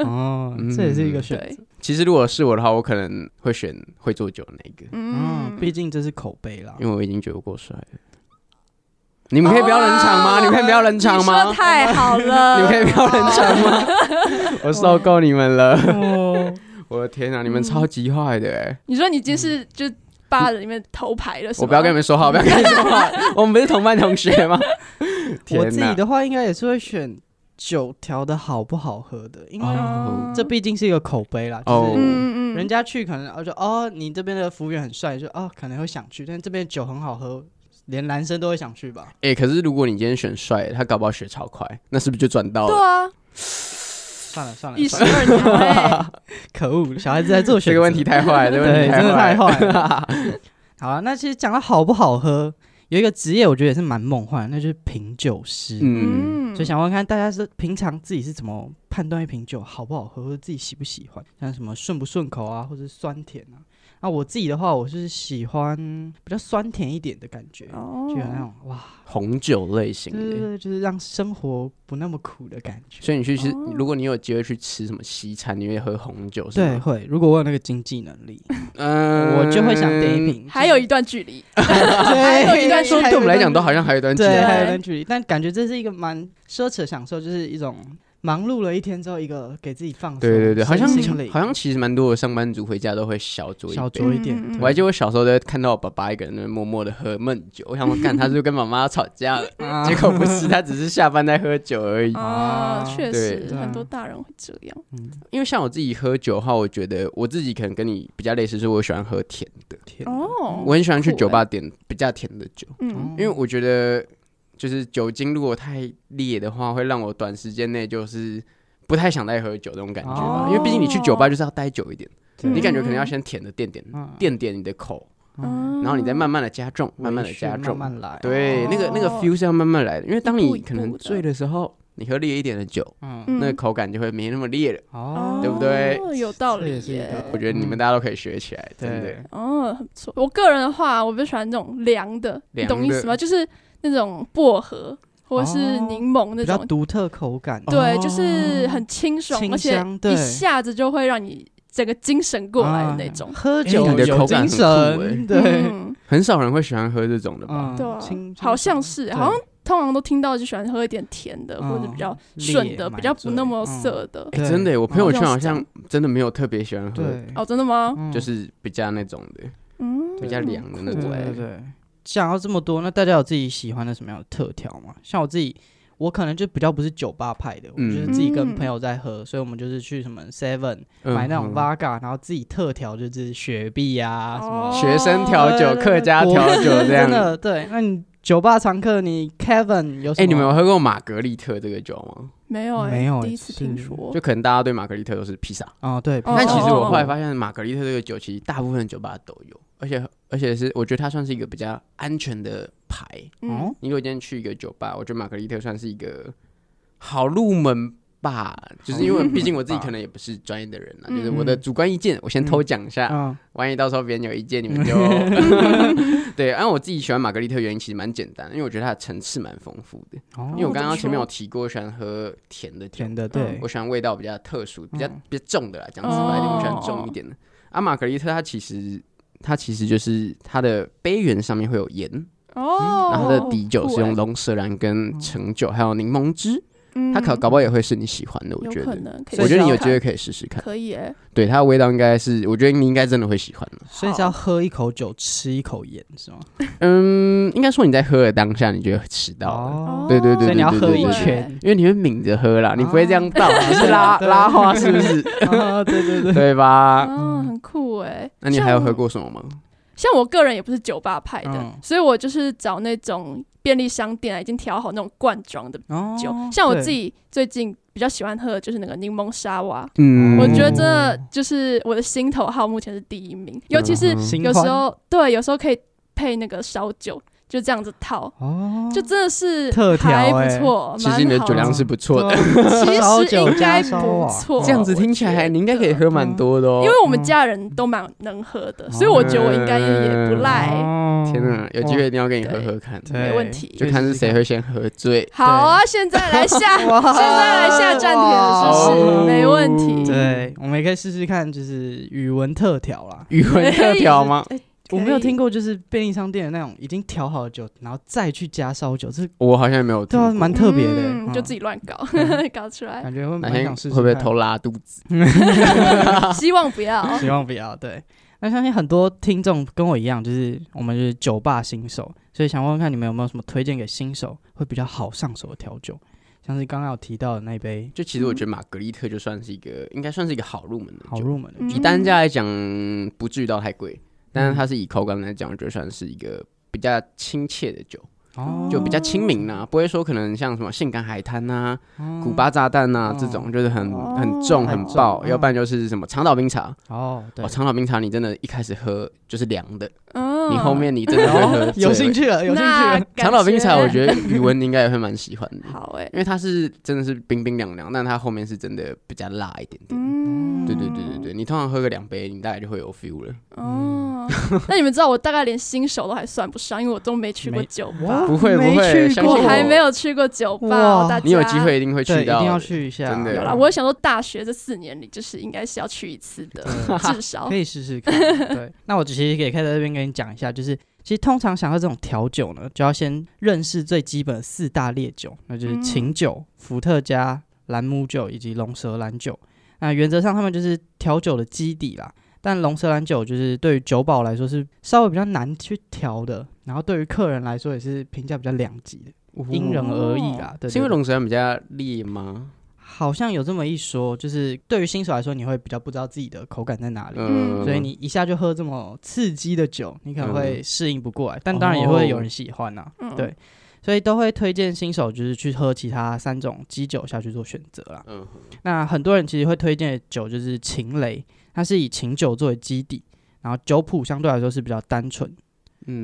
[SPEAKER 3] 哦，这也是一个选择
[SPEAKER 4] 对，
[SPEAKER 5] 其实如果是我的话，我可能会选会做酒的那一个，
[SPEAKER 3] 嗯，
[SPEAKER 4] 嗯，
[SPEAKER 3] 毕竟这是口碑啦。
[SPEAKER 5] 因为我已经觉得我够帅了。你们可以不要冷场吗？
[SPEAKER 4] 哦
[SPEAKER 5] 你们可以不要冷
[SPEAKER 4] 你
[SPEAKER 5] 场
[SPEAKER 4] 说
[SPEAKER 5] 吗？
[SPEAKER 4] 太好了，
[SPEAKER 5] [LAUGHS] 你
[SPEAKER 4] 哦
[SPEAKER 5] 们可以不要冷
[SPEAKER 3] [LAUGHS]
[SPEAKER 5] 场吗？我受够你们了！
[SPEAKER 3] [LAUGHS] 哦，
[SPEAKER 5] 我的天啊，你们超级坏的哎、
[SPEAKER 4] 你说你已经是就八人里面头牌了，是吗
[SPEAKER 5] 嗯我不要跟你们说话，我不要跟你们说话。我们不是同班同
[SPEAKER 3] [LAUGHS]
[SPEAKER 5] 学吗？天
[SPEAKER 3] 我自己
[SPEAKER 5] 哪！
[SPEAKER 3] 的话应该也是会选酒调的好不好喝的，因为
[SPEAKER 5] 哦
[SPEAKER 3] 这毕竟是一个口碑啦，就
[SPEAKER 5] 哦
[SPEAKER 3] 是
[SPEAKER 4] 嗯嗯嗯，
[SPEAKER 3] 人家去可能哦就哦你这边的服务员很帅，就哦可能会想去，但这边酒很好喝，连男生都会想去吧？
[SPEAKER 5] 哎、可是如果你今天选帅，他搞不好学超快，那是不是就赚到
[SPEAKER 4] 对
[SPEAKER 5] 了？
[SPEAKER 4] 啊，
[SPEAKER 3] 算了算了
[SPEAKER 4] 一，石
[SPEAKER 3] 算了
[SPEAKER 4] 二鸟，
[SPEAKER 3] [LAUGHS] 可恶，小孩子在做选
[SPEAKER 5] 这
[SPEAKER 3] 择
[SPEAKER 5] 个问题太坏了，这个问
[SPEAKER 3] 对，
[SPEAKER 5] 题
[SPEAKER 3] 真的
[SPEAKER 5] 太
[SPEAKER 3] 太
[SPEAKER 5] 坏了。
[SPEAKER 3] 坏了。好啊了，那其实讲到好不好喝，有一个职业我觉得也是蛮梦幻的，那就是品酒师。
[SPEAKER 5] [LAUGHS] 嗯。
[SPEAKER 4] [LAUGHS] 嗯，
[SPEAKER 3] 所以想问看大家是平常自己是怎么判断一瓶酒好不好喝，或者自己喜不喜欢，像什么顺不顺口啊，或者是酸甜啊。那我自己的话，我是喜欢比较酸甜一点的感觉，
[SPEAKER 4] 哦
[SPEAKER 3] 就有那种哇，
[SPEAKER 5] 红酒类型
[SPEAKER 3] 对对
[SPEAKER 5] 的。
[SPEAKER 3] 对，就是让生活不那么苦的感觉。
[SPEAKER 5] 所以你去吃，
[SPEAKER 4] 哦
[SPEAKER 5] 如果你有机会去吃什么西餐，你会喝红酒是
[SPEAKER 3] 对，
[SPEAKER 5] 吗？
[SPEAKER 3] 会。如果我有那个经济能力，
[SPEAKER 5] 嗯
[SPEAKER 3] 我就会想点一。瓶。
[SPEAKER 4] 还有一段距离，
[SPEAKER 3] [LAUGHS] 还
[SPEAKER 4] 有一段
[SPEAKER 5] 但
[SPEAKER 4] 距
[SPEAKER 5] 说对我们来讲，都好像还有一段距离
[SPEAKER 3] 对，
[SPEAKER 4] 对
[SPEAKER 3] 还有一段距离。但感觉这是一个蛮奢侈的享受，就是一种忙碌了一天之后，一个给自己放松。
[SPEAKER 5] 对对对，好像
[SPEAKER 3] 身心灵
[SPEAKER 5] 好像其实蛮多的上班族回家都会小酌一
[SPEAKER 3] 小
[SPEAKER 5] 杯。
[SPEAKER 3] 酌一点
[SPEAKER 4] 嗯嗯。
[SPEAKER 3] 对
[SPEAKER 5] [LAUGHS] 我还记得我小时候都看到我爸爸一个人在那边默默的喝闷酒，我想说干，他是不是跟妈妈吵架
[SPEAKER 3] [LAUGHS]
[SPEAKER 5] 了？
[SPEAKER 3] 啊
[SPEAKER 4] 嗯
[SPEAKER 5] 结果不是，他只是下班在喝酒而已。
[SPEAKER 4] 哦，确实
[SPEAKER 5] 对
[SPEAKER 3] 对啊
[SPEAKER 4] 很多大人会这样，
[SPEAKER 5] 因为像我自己喝酒的话，我觉得我自己可能跟你比较类似，是我喜欢喝甜的，
[SPEAKER 3] 天哪
[SPEAKER 4] 哦，
[SPEAKER 5] 我很喜欢去
[SPEAKER 4] 酷
[SPEAKER 5] 酒吧
[SPEAKER 4] 欸，
[SPEAKER 5] 点比较甜的酒。
[SPEAKER 4] 嗯，
[SPEAKER 3] 欸
[SPEAKER 5] 因为我觉得就是酒精如果太烈的话，会让我短时间内就是不太想再喝酒那种感觉
[SPEAKER 3] 哦
[SPEAKER 5] 吧。因为毕竟你去酒吧就是要待久一点，
[SPEAKER 3] 对
[SPEAKER 5] 你感觉可能要先舔的垫点
[SPEAKER 3] 嗯
[SPEAKER 5] 垫点你的口，
[SPEAKER 3] 嗯
[SPEAKER 4] 啊
[SPEAKER 5] 然后你再慢慢的加重，慢慢的
[SPEAKER 3] 微醺
[SPEAKER 5] 加重，
[SPEAKER 3] 慢慢来。
[SPEAKER 5] 对，那个那个
[SPEAKER 4] 哦
[SPEAKER 5] feel 是要慢慢来的。因为当
[SPEAKER 4] 一步
[SPEAKER 5] 你
[SPEAKER 4] 一步
[SPEAKER 5] 可能醉的时候，你喝烈一点的酒，
[SPEAKER 3] 嗯，
[SPEAKER 4] 嗯
[SPEAKER 5] 那个口感就会没那么烈了。
[SPEAKER 3] 哦，
[SPEAKER 5] 对不对
[SPEAKER 4] 哦有道
[SPEAKER 3] 这
[SPEAKER 4] 理
[SPEAKER 3] 也是一
[SPEAKER 4] 耶
[SPEAKER 3] 个。
[SPEAKER 5] 我觉得你们大家都可以学起来，真的
[SPEAKER 3] 对。，
[SPEAKER 4] 哦，很不错。我个人的话，我比较喜欢那种凉的，你
[SPEAKER 5] 凉的
[SPEAKER 4] 懂意思吗？就是那种薄荷或者是
[SPEAKER 3] 哦
[SPEAKER 4] 柠檬那
[SPEAKER 3] 比较
[SPEAKER 4] 种，
[SPEAKER 3] 独特口感。哦
[SPEAKER 4] 对，就是很清爽，
[SPEAKER 3] 清
[SPEAKER 4] 而且
[SPEAKER 3] 香对
[SPEAKER 4] 一下子就会让你整个精神过来的那种。
[SPEAKER 3] 啊喝
[SPEAKER 5] 哎
[SPEAKER 3] 酒
[SPEAKER 5] 你的
[SPEAKER 3] 有
[SPEAKER 5] 口感
[SPEAKER 3] 精
[SPEAKER 5] 很酷哎
[SPEAKER 3] 神，对，
[SPEAKER 4] 嗯，
[SPEAKER 5] 很少人会喜欢喝这种的吧？
[SPEAKER 3] 嗯
[SPEAKER 4] 对啊
[SPEAKER 3] 清
[SPEAKER 4] 好像是，好像
[SPEAKER 3] 对
[SPEAKER 4] 通常都听到就喜欢喝一点甜的，
[SPEAKER 3] 嗯
[SPEAKER 4] 或者比较顺的，
[SPEAKER 3] 烈
[SPEAKER 4] 比较不那
[SPEAKER 3] 买
[SPEAKER 4] 么
[SPEAKER 3] 醉
[SPEAKER 4] 涩的。
[SPEAKER 5] 哎，
[SPEAKER 3] 对
[SPEAKER 5] 真的耶，我朋友圈好
[SPEAKER 4] 好
[SPEAKER 5] 像真的没有特别喜欢喝
[SPEAKER 3] 对，
[SPEAKER 4] 哦，真的吗？
[SPEAKER 3] 嗯
[SPEAKER 5] 就是比较那种的，
[SPEAKER 4] 嗯，
[SPEAKER 5] 比较凉的那
[SPEAKER 3] 对
[SPEAKER 5] 种。
[SPEAKER 3] 对对，讲到这么多，那大家有自己喜欢的什么样的特调吗？像我自己，我可能就比较不是酒吧派的，我
[SPEAKER 5] 嗯
[SPEAKER 3] 就是自己跟朋友在喝，所以我们就是去什么 Seven
[SPEAKER 5] 嗯
[SPEAKER 3] 买那种 v
[SPEAKER 5] 吧，
[SPEAKER 3] o d a 然后自己特调就是雪碧啊什么
[SPEAKER 4] 哦
[SPEAKER 5] 学生调
[SPEAKER 3] 对对
[SPEAKER 5] 酒、
[SPEAKER 3] 对
[SPEAKER 5] 客家
[SPEAKER 3] 果
[SPEAKER 5] 调酒这
[SPEAKER 3] 真。
[SPEAKER 5] 样
[SPEAKER 3] 的对。那你酒吧常客，你 Kevin 有什么？
[SPEAKER 5] 哎、你们有喝过玛格丽特这个酒吗？嗯
[SPEAKER 4] 没有哎、
[SPEAKER 3] 没有欸
[SPEAKER 4] 第一次听说
[SPEAKER 5] 就。可能大家对玛格丽特都是披萨，
[SPEAKER 3] 哦对，
[SPEAKER 4] 哦
[SPEAKER 5] 但其实
[SPEAKER 4] 哦哦
[SPEAKER 5] 我后来发现玛格丽特这个酒，其实大部分酒吧都有，而且而且是我觉得它算是一个比较安全的牌。
[SPEAKER 4] 嗯，
[SPEAKER 5] 你如果今天去一个酒吧，我觉得玛格丽特算是一个好入门吧，就是因为毕竟我自己可能也不是专业的人啊，
[SPEAKER 4] 嗯
[SPEAKER 5] 就是我的主观意见，我先偷讲一下，
[SPEAKER 3] 嗯
[SPEAKER 5] 万一到时候别人有意见，你们就 [LAUGHS] 对。然后我自己喜欢玛格丽特原因其实蛮简单，因为我觉得它的层次蛮丰富的。
[SPEAKER 3] 哦
[SPEAKER 5] 因为我刚刚前面有提过，我喜欢喝甜的酒，
[SPEAKER 3] 甜的对
[SPEAKER 5] 嗯我喜欢味道比较特殊、比较
[SPEAKER 3] 嗯
[SPEAKER 5] 比较重的啦，讲直白一点，我喜欢
[SPEAKER 4] 哦
[SPEAKER 5] 重一点的。啊，玛格丽特它其实它其实就是它的杯缘上面会有盐，
[SPEAKER 4] 哦，
[SPEAKER 5] 嗯然后它的底酒
[SPEAKER 4] 酷
[SPEAKER 5] 是用
[SPEAKER 4] 欸，
[SPEAKER 5] 龙舌兰跟橙酒还有柠檬汁，它搞
[SPEAKER 4] 嗯
[SPEAKER 5] 搞不好也会是你喜欢的，我
[SPEAKER 4] 有
[SPEAKER 5] 觉
[SPEAKER 4] 可
[SPEAKER 5] 得。
[SPEAKER 4] 能，可以
[SPEAKER 5] 我觉得你有
[SPEAKER 4] 试
[SPEAKER 5] 机
[SPEAKER 4] 试
[SPEAKER 5] 会
[SPEAKER 4] 看
[SPEAKER 5] 可以试试看，
[SPEAKER 4] 可以哎，
[SPEAKER 5] 对它的味道应该是，我觉得你应该真的会喜欢的。
[SPEAKER 3] 所以是要喝一口酒，吃一口盐是吗？
[SPEAKER 5] 嗯，应该说你在喝的当下，你就会吃到了。
[SPEAKER 3] 哦，
[SPEAKER 5] 对对对
[SPEAKER 3] 所以你要
[SPEAKER 5] 对
[SPEAKER 3] 喝
[SPEAKER 5] 对
[SPEAKER 3] 一
[SPEAKER 5] 对
[SPEAKER 3] 圈
[SPEAKER 5] 因为你会抿着喝啦，你不会这样
[SPEAKER 4] 哦
[SPEAKER 5] 倒，你是
[SPEAKER 3] 对
[SPEAKER 5] 拉
[SPEAKER 3] 对
[SPEAKER 5] 拉花是不是？
[SPEAKER 3] 啊，对对对，
[SPEAKER 5] 对
[SPEAKER 4] [LAUGHS]
[SPEAKER 5] 吧？
[SPEAKER 4] 啊，很酷哎。
[SPEAKER 5] 嗯那你还有
[SPEAKER 4] 像
[SPEAKER 5] 喝过什么吗？
[SPEAKER 4] 像我个人也不是酒吧派的，
[SPEAKER 3] 嗯
[SPEAKER 4] 所以我就是找那种便利商店啊已经调好那种罐装的
[SPEAKER 3] 哦
[SPEAKER 4] 酒。像我
[SPEAKER 3] 对
[SPEAKER 4] 自己最近比较喜欢喝的就是那个柠檬沙瓦，
[SPEAKER 5] 嗯
[SPEAKER 4] 我觉得真的就是我的心头好，目前是第一名。尤其是
[SPEAKER 5] 嗯
[SPEAKER 3] 新
[SPEAKER 4] 有
[SPEAKER 3] 欢
[SPEAKER 4] 时候对，有时候可以配那个烧酒，就这样子套，
[SPEAKER 3] 哦，
[SPEAKER 4] 就真的是
[SPEAKER 3] 特调
[SPEAKER 4] 还
[SPEAKER 3] 欸
[SPEAKER 4] 不错。
[SPEAKER 5] 其实你的
[SPEAKER 4] 哦蛮好
[SPEAKER 5] 酒量是不错
[SPEAKER 3] [LAUGHS]
[SPEAKER 5] 的，
[SPEAKER 4] 其
[SPEAKER 3] 烧
[SPEAKER 4] 实
[SPEAKER 3] 酒
[SPEAKER 4] 应
[SPEAKER 3] 加
[SPEAKER 4] 该
[SPEAKER 3] 烧
[SPEAKER 4] 不
[SPEAKER 3] 啊
[SPEAKER 4] 错，
[SPEAKER 5] [LAUGHS] 这样子听起
[SPEAKER 4] 我觉
[SPEAKER 5] 来
[SPEAKER 4] 得
[SPEAKER 5] 你应该可以。喝蛮多的哦。
[SPEAKER 4] 因为
[SPEAKER 3] 嗯
[SPEAKER 4] 我们家人都蛮能喝的，所以我觉得我应该也不
[SPEAKER 5] 嗯
[SPEAKER 4] 赖，
[SPEAKER 3] 哦
[SPEAKER 5] 天哪，有机会一定要跟你喝
[SPEAKER 4] 对
[SPEAKER 5] 喝看，
[SPEAKER 3] 对
[SPEAKER 4] 哎没问题。
[SPEAKER 5] 就嗯看是谁会先喝醉。
[SPEAKER 4] 好啊，现在来下，现在来下站点试
[SPEAKER 5] 哇
[SPEAKER 4] 试，没问题。
[SPEAKER 5] 嗯
[SPEAKER 3] 对，我们也可以试试看，就是语文特调啦。
[SPEAKER 5] 语文特调吗？
[SPEAKER 3] 我没有听
[SPEAKER 4] 过，
[SPEAKER 3] 过，就是便利商店的那种已经调好的酒，然后再去加烧酒，这
[SPEAKER 5] 我好像没有
[SPEAKER 3] 对啊，
[SPEAKER 5] 听过。
[SPEAKER 3] 蛮特别的欸
[SPEAKER 4] 嗯嗯，，就自
[SPEAKER 3] 己
[SPEAKER 4] 己乱搞， [LAUGHS] 搞出来。
[SPEAKER 3] 感觉会
[SPEAKER 5] 哪
[SPEAKER 3] 蛮
[SPEAKER 5] 天
[SPEAKER 3] 想试试，
[SPEAKER 5] 会不会偷？拉肚子？ [LAUGHS]
[SPEAKER 4] 希望不
[SPEAKER 3] [LAUGHS]
[SPEAKER 4] 要。
[SPEAKER 3] 希望不要。对，那相信很多听众跟我一样，就是我们就是酒吧新手，所以想问问看你们有没有什么推荐给新手会比较好上手的调酒，像是刚刚有提到的那杯
[SPEAKER 5] 就其实我
[SPEAKER 4] 嗯
[SPEAKER 5] 觉得玛格丽特就算是一个，应该算是一个好入门的
[SPEAKER 3] 好
[SPEAKER 5] 酒。
[SPEAKER 3] 入门的酒，
[SPEAKER 5] 以
[SPEAKER 4] 嗯
[SPEAKER 5] 单价来讲，不至于到太贵，但是它是以口感来讲，我觉得算是一个比较亲切的酒。
[SPEAKER 3] 哦
[SPEAKER 5] 就比较亲民啦、不会说可能像什么性感海滩呐、古巴炸弹呐、这种，就是很
[SPEAKER 4] 哦
[SPEAKER 5] 很重很
[SPEAKER 3] 哦很重
[SPEAKER 5] 爆，
[SPEAKER 3] 嗯
[SPEAKER 5] 要不然就是什么长岛冰茶。
[SPEAKER 3] 哦，对
[SPEAKER 5] 哦，，长岛冰茶你真的一开始喝就是凉的，
[SPEAKER 4] 嗯，
[SPEAKER 5] 你后面你真的会喝
[SPEAKER 3] 哦 [LAUGHS] 有兴
[SPEAKER 5] 趣。
[SPEAKER 3] 趣了，有兴趣
[SPEAKER 4] 那
[SPEAKER 3] 了。
[SPEAKER 4] 感
[SPEAKER 5] 长岛冰茶我觉得语文应该也会蛮喜欢的，
[SPEAKER 4] 好哎
[SPEAKER 5] 因，为它是真的是冰冰凉凉，但它后面是真的比较辣一点点。
[SPEAKER 4] 嗯，
[SPEAKER 5] 对对对对对，你通常喝个两杯，你大概就会有 feel 了。嗯
[SPEAKER 4] 哦， [LAUGHS] 那你们知道我大概连新手都还算不上，因为我都没去过
[SPEAKER 3] 没
[SPEAKER 4] 酒
[SPEAKER 3] 哇
[SPEAKER 4] 吧，
[SPEAKER 5] 不会不
[SPEAKER 3] 没
[SPEAKER 5] 会
[SPEAKER 3] 去
[SPEAKER 5] 相信
[SPEAKER 4] 我
[SPEAKER 5] 我
[SPEAKER 4] 还没有去过酒吧，
[SPEAKER 3] 哇
[SPEAKER 4] 大家
[SPEAKER 5] 你有机会一定会
[SPEAKER 3] 对，
[SPEAKER 5] 去
[SPEAKER 3] 一
[SPEAKER 5] 到，
[SPEAKER 3] 定要去一下，嗯
[SPEAKER 5] 真的
[SPEAKER 4] 有啦。我想说，大学这四年里，就是应该是要去一次
[SPEAKER 5] [LAUGHS]
[SPEAKER 4] 的，至少
[SPEAKER 5] 哦
[SPEAKER 3] 可。以试试看。对，那我其实也可以在这边跟你讲一下，就是其实通常想喝这种调酒呢，就要先认识最基本的四大烈酒，那就是
[SPEAKER 5] 嗯
[SPEAKER 3] 琴酒、伏特加、兰姆酒以及龙舌兰酒。那原则上他们就是调酒的基底啦。但龙舌兰酒就是对于酒保来说是稍微比较难去调的，然后对于客人来说也是评价比较两极的，因人而异啦。对，
[SPEAKER 5] 哦是因为
[SPEAKER 3] 对对
[SPEAKER 5] 龙舌兰比较烈吗？
[SPEAKER 3] 好像有这么一说，就是对于新手来说，你会比较不知道自己的口感在哪里。
[SPEAKER 5] 呃
[SPEAKER 4] 嗯
[SPEAKER 3] 所以你一下就喝这么刺激的酒，你可能会适应不过来，
[SPEAKER 5] 嗯
[SPEAKER 3] 但当然也会有人喜欢呐、
[SPEAKER 4] 嗯
[SPEAKER 3] 对，所以都会推荐新手就是去喝其他三种基酒下去做选择啦。
[SPEAKER 5] 嗯
[SPEAKER 3] 那很多人其实会推荐的酒就是琴雷，它是以琴酒作为基底，然后酒谱相对来说是比较单纯，就是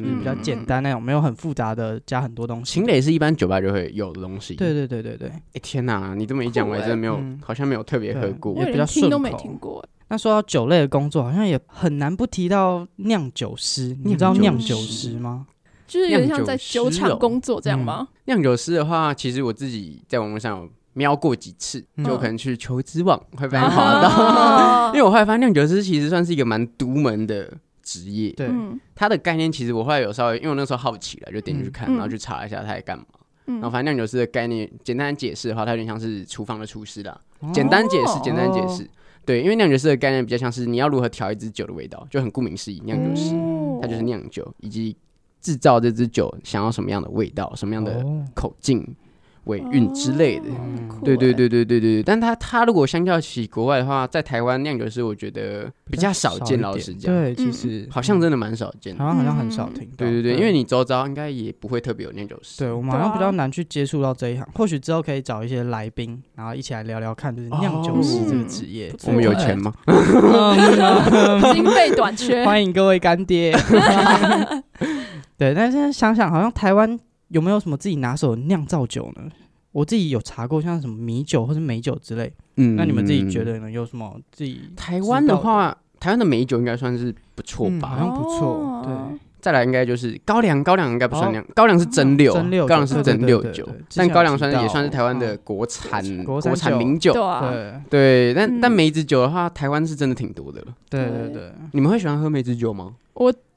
[SPEAKER 5] 嗯
[SPEAKER 3] 比较简单那种，没有很复杂的加很多东西。
[SPEAKER 5] 秦磊是一般酒吧就会有的东西。
[SPEAKER 3] 对对对对对。
[SPEAKER 5] 诶天哪，你这么一讲，
[SPEAKER 4] 酷
[SPEAKER 5] 我还
[SPEAKER 4] 欸啊
[SPEAKER 5] 真的没有，
[SPEAKER 3] 嗯
[SPEAKER 5] 好像没有特别喝过。
[SPEAKER 4] 我
[SPEAKER 3] 也比
[SPEAKER 4] 连
[SPEAKER 3] 较
[SPEAKER 4] 听都
[SPEAKER 3] 顺
[SPEAKER 4] 没
[SPEAKER 3] 口
[SPEAKER 4] 听过，
[SPEAKER 3] 那说到酒类的工作，好像也很难不提到酿酒师。你知道酿
[SPEAKER 5] 酿
[SPEAKER 3] 酒
[SPEAKER 5] 酒
[SPEAKER 3] 师
[SPEAKER 5] 师
[SPEAKER 3] 吗？
[SPEAKER 4] 就是有点像在
[SPEAKER 5] 酿酒
[SPEAKER 4] 酒
[SPEAKER 5] 师
[SPEAKER 4] 厂
[SPEAKER 5] 哦
[SPEAKER 4] 工作这样吗？
[SPEAKER 5] 酿酒师的话，其实我自己在网络上有瞄过几次，
[SPEAKER 3] 嗯
[SPEAKER 5] 就可能去求职网会被滑到， [LAUGHS]
[SPEAKER 4] 啊
[SPEAKER 5] 因，为我后来发现酿酒师其实算是一个蛮独门的职业。
[SPEAKER 3] 对，
[SPEAKER 4] 嗯
[SPEAKER 5] 它的概念其实我后来有稍微，因为我那时候好奇了，就点进去看，
[SPEAKER 4] 嗯
[SPEAKER 5] 然后去查一下它在干嘛。然后
[SPEAKER 4] 嗯，
[SPEAKER 5] 反正酿酒师的概念，简单解释的话，它有点像是厨房的厨师啦。
[SPEAKER 3] 哦
[SPEAKER 4] 哦
[SPEAKER 5] 简单解释，简单解释。对，因为酿酒师的概念比较像是你要如何调一支酒的味道，就很顾名思义，酿酒师
[SPEAKER 4] 哦
[SPEAKER 5] 它就是酿酒以及制造这支酒想要什么样的味道、什么样的
[SPEAKER 3] 哦
[SPEAKER 5] 口径、尾韵之类的。
[SPEAKER 4] 哦很酷
[SPEAKER 5] 对对
[SPEAKER 4] 欸
[SPEAKER 5] 对 [LAUGHS] 对对对，但他他如果相较起国外的话，在台湾酿酒师我觉得比较少见，
[SPEAKER 3] 一
[SPEAKER 5] 老
[SPEAKER 3] 点
[SPEAKER 5] 实讲，
[SPEAKER 3] 对，其
[SPEAKER 4] 嗯
[SPEAKER 3] 实
[SPEAKER 5] 好像真的蛮少见的
[SPEAKER 3] 台。湾好像很少听到。
[SPEAKER 5] 对对对，因为你周遭应该也不会特别有酿酒师。
[SPEAKER 3] 对我们
[SPEAKER 4] 对
[SPEAKER 3] 好像比较
[SPEAKER 4] 啊
[SPEAKER 3] 难去接触到这一行，或许之后可以找一些来宾，然后一起来聊聊看，就是酿酒师这个
[SPEAKER 4] 哦
[SPEAKER 3] 职业
[SPEAKER 4] 不。错
[SPEAKER 5] 我们
[SPEAKER 3] [LAUGHS]
[SPEAKER 5] 有钱吗？
[SPEAKER 4] 经费短缺，
[SPEAKER 3] 嗯欢迎各位干爹。 [LAUGHS] 对，但是现在想想，好像台湾有没有什么自己拿手的酿造酒呢？我自己有查过，像什么米酒或是美酒之类。
[SPEAKER 5] 嗯
[SPEAKER 3] 那你们自己觉？得呢？有什么自己
[SPEAKER 5] 台湾的话，台湾的美酒应该算是不错
[SPEAKER 3] 嗯好
[SPEAKER 5] 吧。
[SPEAKER 3] 像不错
[SPEAKER 4] 哦？
[SPEAKER 3] 对，
[SPEAKER 5] 再来应该就是高粱，高粱应该不算酿，高粱是蒸馏，
[SPEAKER 3] 哦蒸馏酒
[SPEAKER 5] 高粱是
[SPEAKER 3] 对
[SPEAKER 5] 蒸
[SPEAKER 3] 对
[SPEAKER 5] 馏
[SPEAKER 3] 对
[SPEAKER 5] 酒
[SPEAKER 3] 对对，
[SPEAKER 5] 但
[SPEAKER 3] 之前有
[SPEAKER 5] 高粱算
[SPEAKER 3] 提到
[SPEAKER 5] 也算是台湾的
[SPEAKER 3] 嗯
[SPEAKER 5] 国产
[SPEAKER 3] 国
[SPEAKER 5] 国
[SPEAKER 3] 产
[SPEAKER 5] 产
[SPEAKER 3] 酒
[SPEAKER 5] 名酒
[SPEAKER 4] 对。啊，
[SPEAKER 3] 对
[SPEAKER 5] 对，但但
[SPEAKER 4] 嗯
[SPEAKER 5] 梅子酒的话，台湾是真的挺多的了。
[SPEAKER 3] 对
[SPEAKER 4] 对
[SPEAKER 3] 对对，
[SPEAKER 5] 你们会喜欢喝梅子酒吗？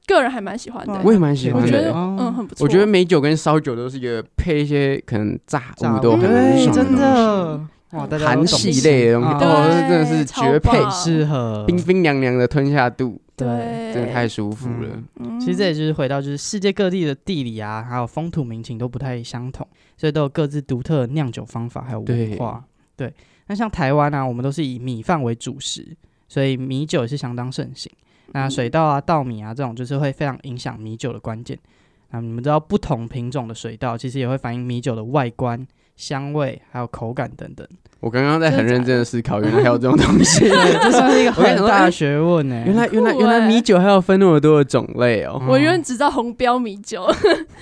[SPEAKER 4] 个人还蛮喜欢的
[SPEAKER 3] 对
[SPEAKER 5] 我
[SPEAKER 4] 欸，
[SPEAKER 5] 也蛮喜欢
[SPEAKER 4] 我
[SPEAKER 5] 的。
[SPEAKER 4] 觉得
[SPEAKER 3] 哦
[SPEAKER 4] 嗯，很不错。
[SPEAKER 5] 我觉得美酒跟烧酒都是一个配一些可能炸
[SPEAKER 3] 炸
[SPEAKER 5] 物都
[SPEAKER 3] 物
[SPEAKER 5] 很
[SPEAKER 4] 哎
[SPEAKER 3] 对，
[SPEAKER 5] 爽
[SPEAKER 3] 真
[SPEAKER 5] 哎的
[SPEAKER 3] 的哇，嗯大家都
[SPEAKER 5] 东西，韩
[SPEAKER 3] 懂
[SPEAKER 5] 系
[SPEAKER 3] 吃
[SPEAKER 5] 类的东西，
[SPEAKER 3] 啊
[SPEAKER 4] 对
[SPEAKER 5] 哦，那真的是绝配，
[SPEAKER 4] 超棒
[SPEAKER 3] 适合
[SPEAKER 5] 啊冰冰凉凉的吞下肚，
[SPEAKER 4] 对，
[SPEAKER 5] 真的太舒服了
[SPEAKER 3] 嗯。
[SPEAKER 4] 嗯
[SPEAKER 3] 其实这也就是回到就是世界各地的地理啊，还有风土民情都不太相同，所以都有各自独特的酿酒方法还有文
[SPEAKER 5] 对
[SPEAKER 3] 化。对，那像台湾啊，我们都是以米饭为主食，所以米酒也是相当盛行。那水稻啊、稻米啊这种，就是会非常影响米酒的关键。那你们知道，不同品种的水稻其实也会反映米酒的外观、香味还有口感等等。
[SPEAKER 5] 我刚刚在很
[SPEAKER 4] 真的假的
[SPEAKER 5] 认真的思考，原来还有这种东
[SPEAKER 4] [LAUGHS]
[SPEAKER 5] 西。
[SPEAKER 3] 对，这算是一个
[SPEAKER 5] 我跟你
[SPEAKER 3] 很
[SPEAKER 5] 说
[SPEAKER 3] 大
[SPEAKER 5] 哎
[SPEAKER 3] 的学问呢、
[SPEAKER 5] 原来原来
[SPEAKER 4] 酷
[SPEAKER 5] 原来
[SPEAKER 4] 欸
[SPEAKER 5] 米酒还有分那么多的种类哦！
[SPEAKER 4] 我永远只知道红标米酒，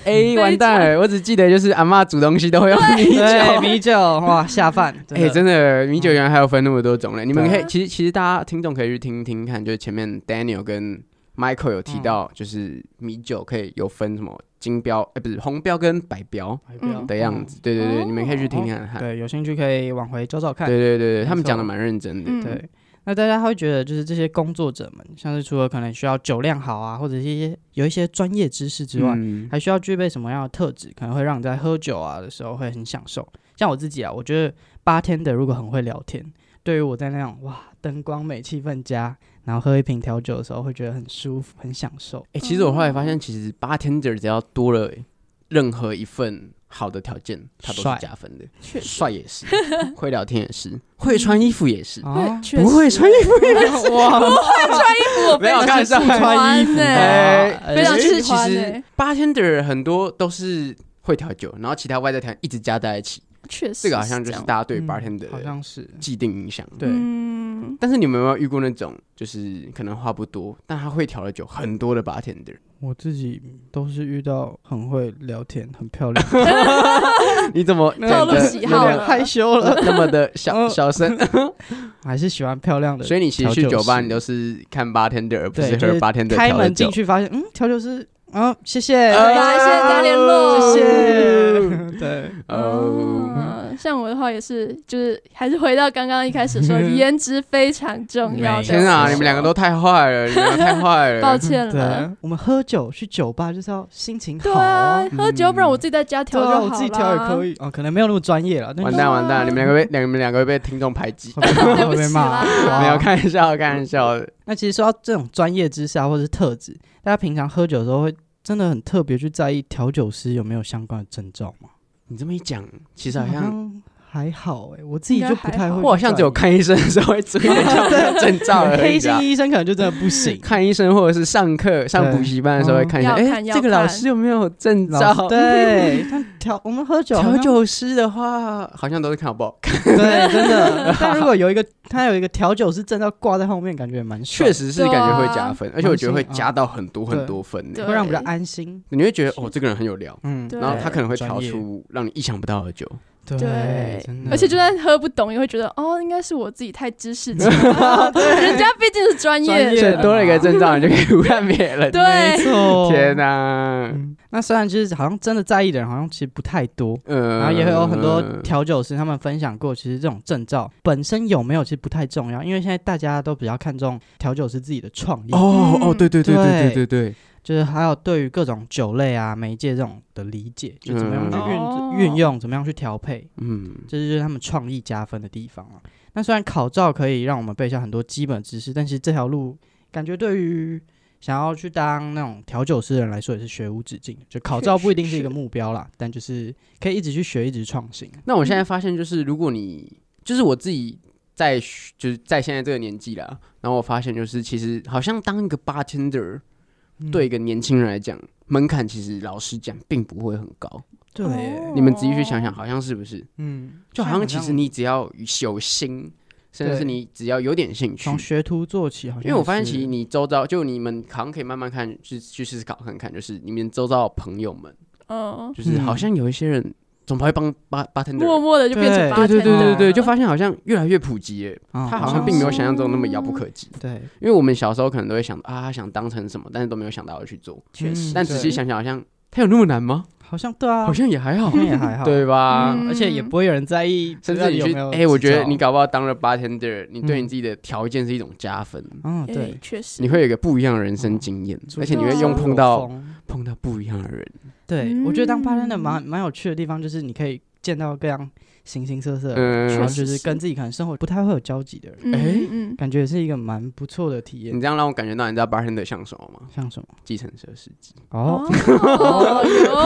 [SPEAKER 5] 哎， [LAUGHS]
[SPEAKER 4] 非
[SPEAKER 5] 完蛋了，我只记得就是阿嬷煮东西都会用 [LAUGHS] 米
[SPEAKER 3] 对
[SPEAKER 5] 酒。
[SPEAKER 3] 米酒哇下饭，
[SPEAKER 5] 哎，真的啊米酒原来还有分那么多种类，你们可
[SPEAKER 4] 对
[SPEAKER 5] 以其实其实大家听众可以去听听看，就是前面 Daniel 跟 Michael 有提到，就是米酒可以有分什么金标，哎，不是红标跟白标
[SPEAKER 4] 嗯
[SPEAKER 5] 的样子。对对哦对，你们可以去听看看。
[SPEAKER 3] 对，有兴趣可以往回找找看。
[SPEAKER 5] 对对对对，他
[SPEAKER 3] 没
[SPEAKER 5] 们
[SPEAKER 3] 错
[SPEAKER 5] 讲的蛮认真的。
[SPEAKER 4] 嗯
[SPEAKER 3] 对，那大家会觉得就是这些工作者们，像是除了可能需要酒量好啊，或者是一些有一些专业知识之外，
[SPEAKER 5] 嗯
[SPEAKER 3] 还需要具备什么样的特质，可能会让你在喝酒啊的时候会很享受。像我自己啊，我觉得八天的如果很会聊天，对于我在那种哇灯光美、气氛佳，然后喝一瓶调酒的时候，会觉得很舒服、很享受。
[SPEAKER 5] 哎、其实我后来发现，其实 bartender 只要多了任何一份好的条件，它都
[SPEAKER 3] 帅
[SPEAKER 5] 是加分的。
[SPEAKER 4] 确实
[SPEAKER 5] 帅也
[SPEAKER 3] [LAUGHS]
[SPEAKER 5] 是，会聊天也是，会穿衣服也是。
[SPEAKER 3] 啊，
[SPEAKER 4] 确实
[SPEAKER 5] 哦不会穿衣
[SPEAKER 3] [LAUGHS]
[SPEAKER 5] 服
[SPEAKER 3] 哇，
[SPEAKER 5] [LAUGHS]
[SPEAKER 4] 我非
[SPEAKER 5] 没有
[SPEAKER 4] 常
[SPEAKER 5] 开玩笑
[SPEAKER 4] 喜欢
[SPEAKER 3] 穿衣服
[SPEAKER 4] 欸
[SPEAKER 5] 哎、
[SPEAKER 3] 啊
[SPEAKER 4] 非常
[SPEAKER 5] 其实
[SPEAKER 4] 喜欢
[SPEAKER 5] 其实
[SPEAKER 4] 欸
[SPEAKER 5] bartender 很多都是会调酒，然后其他外在条件一直加在一起。
[SPEAKER 4] 确实
[SPEAKER 5] 这个好像就是
[SPEAKER 4] 这样
[SPEAKER 5] 大家对
[SPEAKER 3] 嗯
[SPEAKER 5] bartender
[SPEAKER 3] 好
[SPEAKER 5] 的
[SPEAKER 3] 像是
[SPEAKER 5] 既定印象。
[SPEAKER 3] 对
[SPEAKER 4] 嗯，
[SPEAKER 5] 但是你们有没有遇过那种，就是可能话不多，但他会调的酒很多
[SPEAKER 3] [LAUGHS]
[SPEAKER 5] 的 bartender？
[SPEAKER 3] 我自己都是遇到很会聊天、很漂
[SPEAKER 4] [LAUGHS]
[SPEAKER 3] 亮。
[SPEAKER 5] 你怎么
[SPEAKER 4] 暴
[SPEAKER 5] 讲
[SPEAKER 4] 露
[SPEAKER 5] 的
[SPEAKER 4] 喜好
[SPEAKER 5] 那
[SPEAKER 4] 了
[SPEAKER 5] 么
[SPEAKER 3] 害羞了，
[SPEAKER 5] 那么的小小声？
[SPEAKER 3] [LAUGHS] 还是喜欢漂亮的。
[SPEAKER 5] 所以你其实去
[SPEAKER 3] 调酒
[SPEAKER 5] 酒吧，
[SPEAKER 3] 师
[SPEAKER 5] 你都是看 bartender，而不是
[SPEAKER 3] 对就
[SPEAKER 5] 喝
[SPEAKER 3] 是
[SPEAKER 5] bartender
[SPEAKER 3] 开
[SPEAKER 5] 调的
[SPEAKER 3] 门
[SPEAKER 5] 酒
[SPEAKER 3] 进。去发现，嗯，调酒师，啊，谢谢，
[SPEAKER 5] 呃
[SPEAKER 4] 感谢大家联络，
[SPEAKER 3] 谢 [LAUGHS]
[SPEAKER 5] 嗯
[SPEAKER 3] 谢，对，
[SPEAKER 5] 哦，
[SPEAKER 4] 嗯，像我的话也是，就是还是回到刚刚一开始说，颜值非常重要的。
[SPEAKER 3] 没错
[SPEAKER 5] 天啊，你们两个都太坏了，你们两个太坏
[SPEAKER 4] [LAUGHS] 抱
[SPEAKER 5] 了。
[SPEAKER 4] 歉了。
[SPEAKER 3] 对，我们喝酒去酒吧就是要心情好
[SPEAKER 4] 嗯对啊
[SPEAKER 3] 啊，，
[SPEAKER 4] 喝酒不然我自己在家调
[SPEAKER 3] 对
[SPEAKER 4] 就
[SPEAKER 3] 啊，
[SPEAKER 4] 好
[SPEAKER 3] 我自己调也可
[SPEAKER 4] 以，
[SPEAKER 3] 以哦，可能没有那么专业了，但
[SPEAKER 5] 完
[SPEAKER 3] 是
[SPEAKER 5] 蛋完蛋，你们两个被两你们两个被听众排挤。
[SPEAKER 3] 会被骂
[SPEAKER 4] [LAUGHS] 对不
[SPEAKER 3] 会被
[SPEAKER 4] 起
[SPEAKER 3] 骂
[SPEAKER 4] 啦，
[SPEAKER 5] 没有开玩笑，开玩笑的。
[SPEAKER 3] 那其实说到这种专业知识啊，或者是特质，大家平常喝酒的时候会真的很特别去在意调酒师有没有相关的征兆吗？
[SPEAKER 5] 你这么一讲，其实
[SPEAKER 3] 好
[SPEAKER 5] 好像
[SPEAKER 3] 像还好哎，我自己就不太会去在意，
[SPEAKER 5] 我好像只有看医生的时候会注意一下有征兆
[SPEAKER 3] [LAUGHS]
[SPEAKER 5] 而
[SPEAKER 3] 黑
[SPEAKER 5] 已
[SPEAKER 3] 心
[SPEAKER 5] 啊。。
[SPEAKER 3] 医生可能就真的不行
[SPEAKER 5] 看医生或者是上课、上补习班的时候会看一下，
[SPEAKER 4] 嗯要
[SPEAKER 5] 哎，
[SPEAKER 4] 看要
[SPEAKER 5] 这个老
[SPEAKER 4] 看
[SPEAKER 5] 师有没有征
[SPEAKER 3] 老
[SPEAKER 5] 兆？
[SPEAKER 3] 对，像调我们喝酒好
[SPEAKER 5] 调
[SPEAKER 3] 像，
[SPEAKER 5] 酒师的话，好像都是看好不好看。
[SPEAKER 3] 对，真的。但如果有一个他有一个调酒师证照挂在后面，感觉也蛮爽
[SPEAKER 5] 确实是感觉会加分，而且我觉得会
[SPEAKER 3] 蛮新
[SPEAKER 5] 加到很多
[SPEAKER 3] 对
[SPEAKER 5] 很多分
[SPEAKER 3] 的，
[SPEAKER 5] 呢。
[SPEAKER 3] 会让比较安心。
[SPEAKER 5] 你会觉得哦，这个人很有料，
[SPEAKER 3] 嗯，
[SPEAKER 4] 对
[SPEAKER 5] 然后他可能会
[SPEAKER 3] 专
[SPEAKER 5] 调
[SPEAKER 3] 业
[SPEAKER 5] 出让你意想不到的酒。
[SPEAKER 3] 对
[SPEAKER 4] 对，
[SPEAKER 3] 真的
[SPEAKER 4] 而且就算喝不懂，也会觉得哦，应该是我自己太
[SPEAKER 3] [LAUGHS]
[SPEAKER 4] 知识浅了，人家毕竟是专业
[SPEAKER 3] 专业
[SPEAKER 5] 所以
[SPEAKER 4] 的，
[SPEAKER 5] 多了一个症状，你就可以胡乱别人。
[SPEAKER 4] 对
[SPEAKER 3] 没错。
[SPEAKER 5] 天哪，
[SPEAKER 3] 嗯，那虽然就是好像真的在意的人好像其实不太多，
[SPEAKER 5] 呃，
[SPEAKER 3] 然后也会有很多
[SPEAKER 5] 嗯
[SPEAKER 3] 调酒师他们分享过，其实这种证照本身有没有其实不太重要，因为现在大家都比较看重调酒师自己的创意，
[SPEAKER 5] 哦哦，对对对对
[SPEAKER 3] 对
[SPEAKER 5] 对对对，
[SPEAKER 3] 就是还有对于各种酒类啊媒介这种的理解，就怎么样去运、
[SPEAKER 4] 嗯
[SPEAKER 3] 运用，怎么样去调配，
[SPEAKER 5] 嗯，
[SPEAKER 3] 这就是他们创意加分的地方啊了、那虽然考照可以让我们背下很多基本知识，但是这条路感觉对于想要去当那种调酒师的人来说，也是学无止境的。就考照不一定是一个目标啦，但就是可以一直去学，一直创新。
[SPEAKER 5] 那我现在发现，就是如果你就是我自己在学就是在现在这个年纪啦，然后我发现就是其实好像当一个 bartender 嗯对一个年轻人来讲，门槛其实老实讲并不会很高。
[SPEAKER 3] 对耶，
[SPEAKER 4] 哦
[SPEAKER 5] 你们仔细去想想，好像是不是？
[SPEAKER 3] 嗯，
[SPEAKER 5] 就好像其实你只要有心，甚至是你只要有点兴趣
[SPEAKER 3] 从。学徒做起，好像
[SPEAKER 5] 因为我发现，
[SPEAKER 3] 嗯是
[SPEAKER 5] 其实你周遭就你们好像可以慢慢看，去去思考看看，就是你们周遭的朋友们，
[SPEAKER 4] 嗯，
[SPEAKER 5] 就是好像有一些人总会帮巴 bartender，
[SPEAKER 4] 默默的就变成
[SPEAKER 3] 对
[SPEAKER 4] 八
[SPEAKER 5] 对对对对对，就
[SPEAKER 4] 发
[SPEAKER 5] 发现好像越来越普及耶，
[SPEAKER 3] 啊
[SPEAKER 5] 他好像并没有想象中那么遥不可及。
[SPEAKER 3] 对，
[SPEAKER 5] 因为我们小时候可能都会想啊，他想当成什么，但是都没有想到要去做。
[SPEAKER 3] 嗯
[SPEAKER 4] 确实，
[SPEAKER 5] 但仔细想想，好像他有那么难吗？
[SPEAKER 3] 好像对啊，
[SPEAKER 5] 好像也还好
[SPEAKER 3] 好，像也还好，
[SPEAKER 5] 对吧？
[SPEAKER 4] 嗯
[SPEAKER 3] 而且也不会有人在意，
[SPEAKER 5] 甚至你
[SPEAKER 3] 有
[SPEAKER 5] 去
[SPEAKER 3] 没有，
[SPEAKER 5] 哎，我觉得
[SPEAKER 3] 执照
[SPEAKER 5] 你，搞不好当了 bartender，你对
[SPEAKER 3] 嗯
[SPEAKER 5] 你自己的条件是一种加分，
[SPEAKER 3] 嗯，
[SPEAKER 4] 哎
[SPEAKER 3] 对，
[SPEAKER 4] 确实
[SPEAKER 5] 你会有一个不一样的人
[SPEAKER 3] 嗯
[SPEAKER 5] 生经验，而且你会
[SPEAKER 4] 真的
[SPEAKER 5] 用
[SPEAKER 4] 啊
[SPEAKER 5] 碰到
[SPEAKER 3] 有风
[SPEAKER 5] 碰到不一样的人。
[SPEAKER 3] 对，我觉得当
[SPEAKER 4] 嗯
[SPEAKER 3] partner 蛮蛮有趣的地方，就是你可以见到各样形形色色的人，
[SPEAKER 5] 嗯，
[SPEAKER 3] 然
[SPEAKER 4] 确
[SPEAKER 3] 后
[SPEAKER 4] 实
[SPEAKER 3] 就是
[SPEAKER 4] 是
[SPEAKER 3] 跟自己可能生活不太会有交集的人，
[SPEAKER 4] 嗯
[SPEAKER 5] 哎
[SPEAKER 4] 嗯，
[SPEAKER 3] 感觉也是一个蛮不错的体验
[SPEAKER 5] 你。这样让我感觉到，你知道 bartender 像什么吗？
[SPEAKER 3] 像什么？
[SPEAKER 5] 计程车司机，
[SPEAKER 3] 哦，
[SPEAKER 4] 哦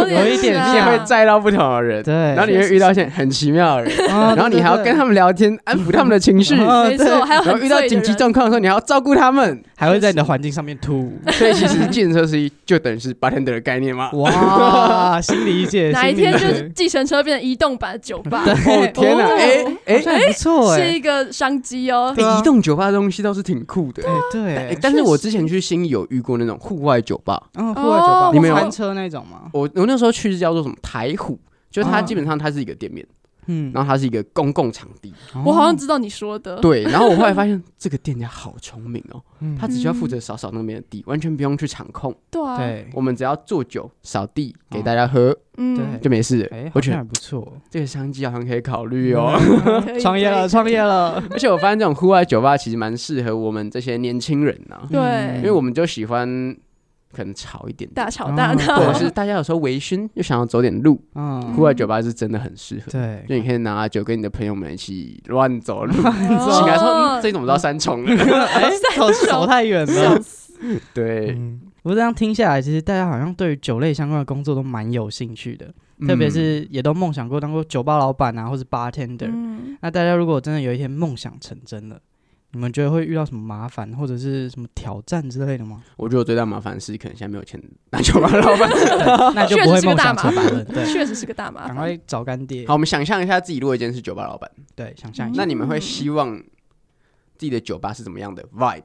[SPEAKER 3] 有一点
[SPEAKER 5] 你也会载到不同的人，
[SPEAKER 3] 啊对，
[SPEAKER 5] 然后你会遇到一些很奇妙的人，
[SPEAKER 3] [LAUGHS] 啊
[SPEAKER 5] 然后你还要跟他们聊天，安抚他们的情绪。
[SPEAKER 3] 哦
[SPEAKER 4] 没错，还有
[SPEAKER 5] 然后
[SPEAKER 4] 很
[SPEAKER 5] 遇到
[SPEAKER 4] 醉的
[SPEAKER 5] 紧急
[SPEAKER 4] 人
[SPEAKER 5] 状况的时候，你还要照顾他 [LAUGHS] 们，
[SPEAKER 3] 还会在你的环境上面突
[SPEAKER 5] [LAUGHS]
[SPEAKER 3] 兀。
[SPEAKER 5] 所以其实计程车司机就等于是 bartender 的概念嘛。
[SPEAKER 3] 哇，心理解，
[SPEAKER 4] [LAUGHS] 哪一
[SPEAKER 3] 心理
[SPEAKER 4] 天
[SPEAKER 3] 解
[SPEAKER 4] 就是计程车变成移动版的酒
[SPEAKER 3] [LAUGHS]
[SPEAKER 4] 吧，
[SPEAKER 5] 哦天哪，
[SPEAKER 4] 哦
[SPEAKER 5] 哎哎
[SPEAKER 3] 好像也不错哎
[SPEAKER 4] 是，一个商机哦。
[SPEAKER 3] 对啊
[SPEAKER 5] 哎，移动酒吧的东西倒是挺酷的。
[SPEAKER 3] 哎
[SPEAKER 5] 哎
[SPEAKER 3] 对，
[SPEAKER 5] 但是我之前去新义有遇过那种户外酒吧，
[SPEAKER 3] 嗯，户外酒吧，
[SPEAKER 4] 哦
[SPEAKER 5] 你们有
[SPEAKER 3] 餐车那种吗？
[SPEAKER 5] 我我那时候去是叫做什么台虎，就是它
[SPEAKER 3] 哦
[SPEAKER 5] 基本上它是一个店面，
[SPEAKER 3] 嗯，
[SPEAKER 5] 然后它是一个公共场地。
[SPEAKER 3] 哦
[SPEAKER 4] 我好像知道你说
[SPEAKER 3] [LAUGHS]
[SPEAKER 4] 的，
[SPEAKER 5] 对，然后我后来发现这个店家好聪明哦，
[SPEAKER 3] 嗯
[SPEAKER 5] 他只需要负责扫扫那边的地，完全不用去场控，
[SPEAKER 4] 对啊，
[SPEAKER 3] 对，
[SPEAKER 5] 我们只要做酒、扫地给大家喝
[SPEAKER 4] 嗯
[SPEAKER 3] 对，
[SPEAKER 5] 就没事了。
[SPEAKER 3] 哎，
[SPEAKER 5] 我
[SPEAKER 3] 好
[SPEAKER 5] 觉
[SPEAKER 3] 像
[SPEAKER 5] 得
[SPEAKER 3] 还不错，
[SPEAKER 5] 这个商机好像可以考虑
[SPEAKER 3] [LAUGHS]
[SPEAKER 5] 哦。
[SPEAKER 3] 嗯
[SPEAKER 4] 可以
[SPEAKER 3] 创业了，，创业了，
[SPEAKER 5] [LAUGHS] 而且我发现这种户外酒吧其实蛮适合我们这些年轻人呐、
[SPEAKER 4] 对
[SPEAKER 3] 嗯
[SPEAKER 5] 因为我们就喜欢可能吵一点
[SPEAKER 4] 大
[SPEAKER 5] 点，
[SPEAKER 4] 吵大闹，
[SPEAKER 5] 或者
[SPEAKER 3] 哦对
[SPEAKER 5] 是大家有时候微醺又想要走点路，
[SPEAKER 3] 嗯
[SPEAKER 5] 户，外酒吧是真的很适合。
[SPEAKER 3] 对，
[SPEAKER 4] [LAUGHS]
[SPEAKER 5] 就你可以拿酒跟你的朋友们一起乱走路， [LAUGHS]
[SPEAKER 4] 哦
[SPEAKER 5] 醒来说、嗯、这怎么到三重
[SPEAKER 3] [LAUGHS]
[SPEAKER 5] 了？
[SPEAKER 3] 哎，走走太远了。
[SPEAKER 5] [LAUGHS] 对，
[SPEAKER 3] 嗯，我这样听下来，其实大家好像对于酒类相关的工作都蛮有兴趣的，嗯特
[SPEAKER 4] 嗯
[SPEAKER 3] 别是也都梦想过当过酒吧老板啊，或是 bartender。
[SPEAKER 4] 嗯
[SPEAKER 3] 那大家如果真的有一天梦想成真了，你们觉得会遇到什么麻烦或者是什么挑战之类的
[SPEAKER 4] [LAUGHS]
[SPEAKER 3] 吗？
[SPEAKER 5] 我觉得我最大麻烦的是可能现在没有钱拿酒吧老板。
[SPEAKER 4] [LAUGHS]
[SPEAKER 3] 那就不会梦想成真了。对，
[SPEAKER 4] 确实是个大麻
[SPEAKER 3] 赶
[SPEAKER 4] 烦。
[SPEAKER 3] 快找干爹
[SPEAKER 5] 好，。我们想象一下自己如果今天是酒吧老板，
[SPEAKER 3] 对，想
[SPEAKER 4] 嗯
[SPEAKER 3] 象一下
[SPEAKER 5] 那，你们会希望自己的酒吧是怎么样的 vibe？